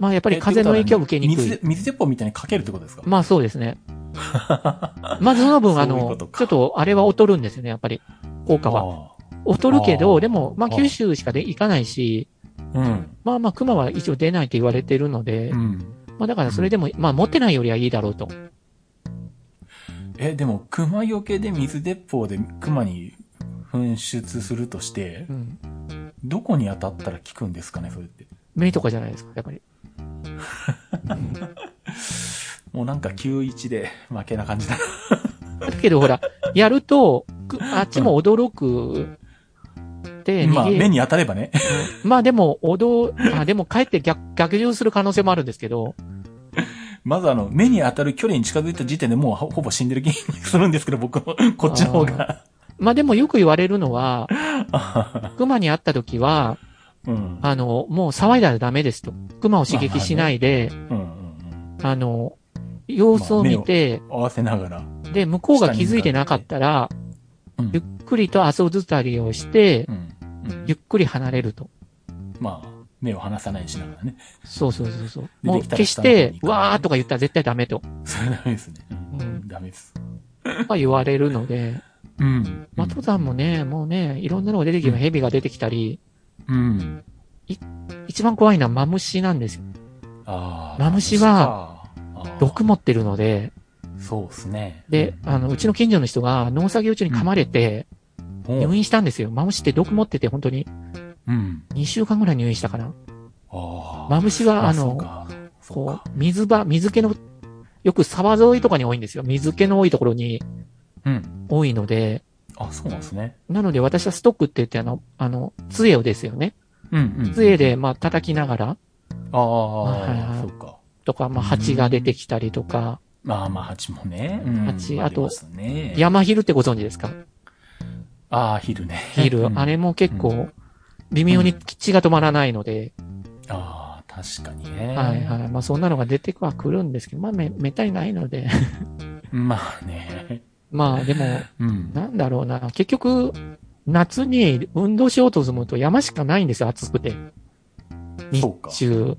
まあ、やっぱう。り風の影響を受けにくえい。水、水鉄砲みたいにかけるってことですかまあ、そうで すね。まあ、その分、あそういうこの、とかちょっと、あれは劣るんですよね、やっぱり。効果は。あ劣るけあど、ーでも、まあ、あー九州しかで行かないし、あ。うん。まあまあ、熊は一応出ないって言われてるので、うん。まあだからそれでも、まあ持ってないよりはいいだろうと。え、でも、熊よけで水鉄砲で熊に噴出するとしてう、ん。どこに当たったら効くんですかね、それって。目とかじゃないですか、やっぱり。もうなんか91で負けな感じだな。だけどほ ら、やると、くあっちも驚く。で、まあ、逃げ、目に当たればね。 まあでも、驚、あ、でも帰って逆、逆上する可能性もあるんですけど、まずあの、目に当たる距離に近づいた時点でもうほほぼ死んでる気がするんですけど、僕も、こっちの方が。 まあでもよく言われるのは、あ熊に会った時は、うん。あの、もう騒いだらダメですと。熊を刺激しないで、うんうんうん。あの、様子を見て、合わせながら。で、向こうが気づいてなかったら、うんゆっくりと遊ぶたりをしてう、ん。うんゆっくり離れると。まあ、目を離さないようにしながらね。 そうそうそうそう。でもでうきたら決し下の方てに行、かないわーとか言ったら絶対ダメと、それダメですね。うんうんダメです。は言われるので、うん。まあ、登山もね、もうね、いろんなのが出てきて、蛇が出てきたり、うん。一番怖いのはマムシなんですよ。ああ。マムシはマムシか、毒持ってるので、あーそうですね。で、あの、うちの近所の人が農作業中に噛まれて、うん、入院したんですよ。マムシって毒持ってて、本当にうん。 2週間ぐらい入院したかな。ああ。マムシは、ああそうの、かそうこか。う、水場、水気の、よく沢沿いとかに多いんですよ。水気の多いところにうん。多いので、あ、そうなんですね。なので私はストックって言って、あの、あの、杖をですよね。うんうん。杖で、まあ、叩きながらあはいはあ、いそうか。とか、まあ、蜂が出てきたりとか、まあまあ、蜂もね。うん、蜂まありとますね、山昼ってご存知ですかああ、昼ね。昼う。んあれも結構、微妙に血が止まらないので、ああ、確かにね。はいはい。まあ、そんなのが出てはくるんですけど、まあ、め、めったにないので。 まあね。まあ、でも、うん。なんだろうな。結局、夏に運動しようと思うと山しかないんですよ、暑くて。日そうか中。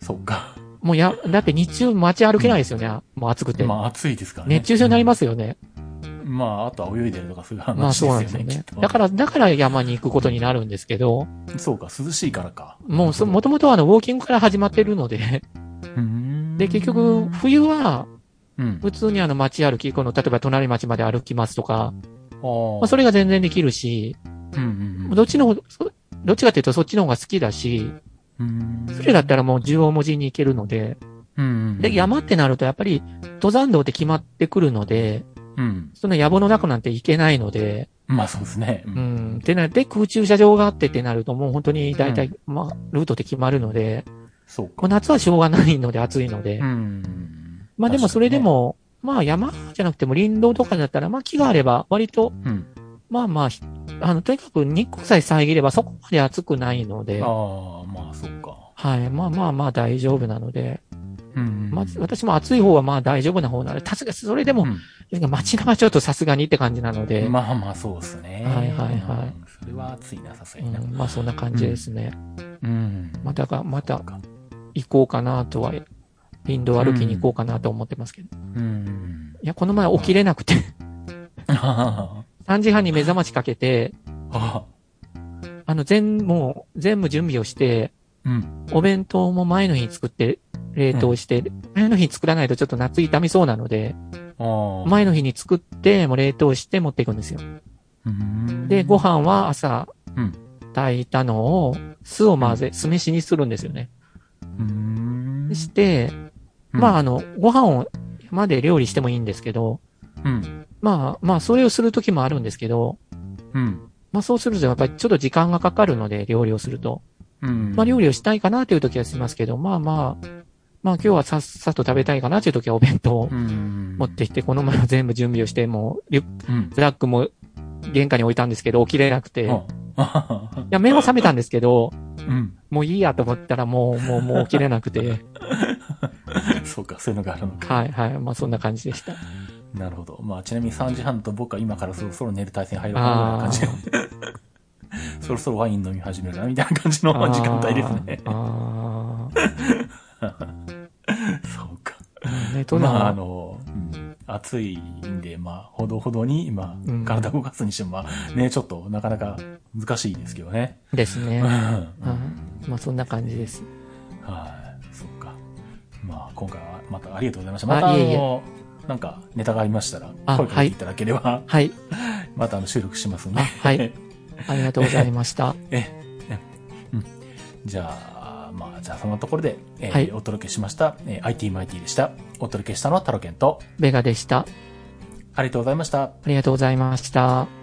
そうか。もうや、だって日中街歩けないですよね、もう暑くて。まあ暑いですからね。熱中症になりますよね。うん。まあ、あとは泳いでるとかそういうまあ話ですそうよなんね。ですよねきっ。とだから、だから山に行くことになるんですけど、そうか、涼しいからか。もうそ、もともとあの、ウォーキングから始まってるので、うんで、結局、冬は、うん。普通にあの、街歩き、この、例えば隣町まで歩きますとか、あまあ、それが全然できるし、れ、うんうんどっちの方、そどっちかっていうとそっちの方が好きだし、うん。それだったらもう縦横文字に行けるので、うんうん。で、山ってなるとやっぱり登山道って決まってくるので、うん。その野望の中なんて行けないので、まあそうですね。ううんん、ってなって空中車場があってってなるともう本当に大体、まあ、ルートって決まるので、そうか。もう夏はしょうがないので暑いので、ん。まあでもそれでも、まあ山じゃなくても林道とかだったら、まあ木があれば割と、確かにね、まあまあ、ひあの、とにかく日光さえ遮ればそこまで暑くないのうでん。、ああ、まあそうか。はい。まあまあまあ大丈夫なので、うん。まあ、私も暑い方はまあ大丈夫な方なので、たすが、それでも、うん街中はちょっとさすがにって感じなので、まあまあそうですね。はいはいはいうん。それは暑いな、さすがうにな。ん、まあそんな感じですね。うん。まあだから、またそうか行こうかなとは、インド歩きに行こうかなと思ってますけど。うん。いや、この前起きれな くて、あ3時半に目覚ましかけて、あ。あの、全、もう、全部準備をして、うん。お弁当も前の日に作って、冷凍して、前の日に作らないとちょっと夏痛みそうなので、ああ。前の日に作って、もう冷凍して持っていくんですよ。うんで、ご。飯は朝うん、炊いたのを、酢を混ぜ、酢飯にするんですよね。うん。して、まあ、あの、ご飯をまで料理してもいいんですけど、うん。まあ、まあ、それをするときもあるんですけど、うん。まあ、そうするとやっぱりちょっと時間がかかるので、料理をすると。うん。まあ、料理をしたいかなというときはしますけど、まあまあ、まあ今日はさっさと食べたいかなというときはお弁当をうん。持ってきて、この前は全部準備をして、もう、リュッうん。クラックも玄関に置いたんですけど、起きれなくて、いああ。や、目は覚めたんですけど、うん。 もういいやと思ったらもう、もう、もう起きれなくて。そうか、そういうのがあるのか。はいはい。まあそんな感じでした。なるほど。まあ、ちなみに3時半と僕は今からそろそろ寝る体制に入ろうかなみたいなあ感じで、 そろそろワイン飲み始めるな、みたいな感じのあ。 時間帯ですね。あそうか。あ。ね、とまあ、あな、の、うん暑いんで、まあ、ほどほどに、まうあ、ん体動かすにしても、まあ、ね、ちょっと、なかなか難しいですけどね。ですね。うんははいまあそんな感じです。い。そうか。まあ、今回はまたありがとうございました。あまた、あいえいえの、なんか、ネタがありましたら、あ声かけていただければ、 はい。またあの収録しますんであ、。 はい。ありがとうございました。え、えうん。じゃあ、まあ、じゃあそんなところで、えーはいお届けしました。えー IT マイティでした。お届けしたのはタロケンと、ベガでした。ありがとうございました。ありがとうございました。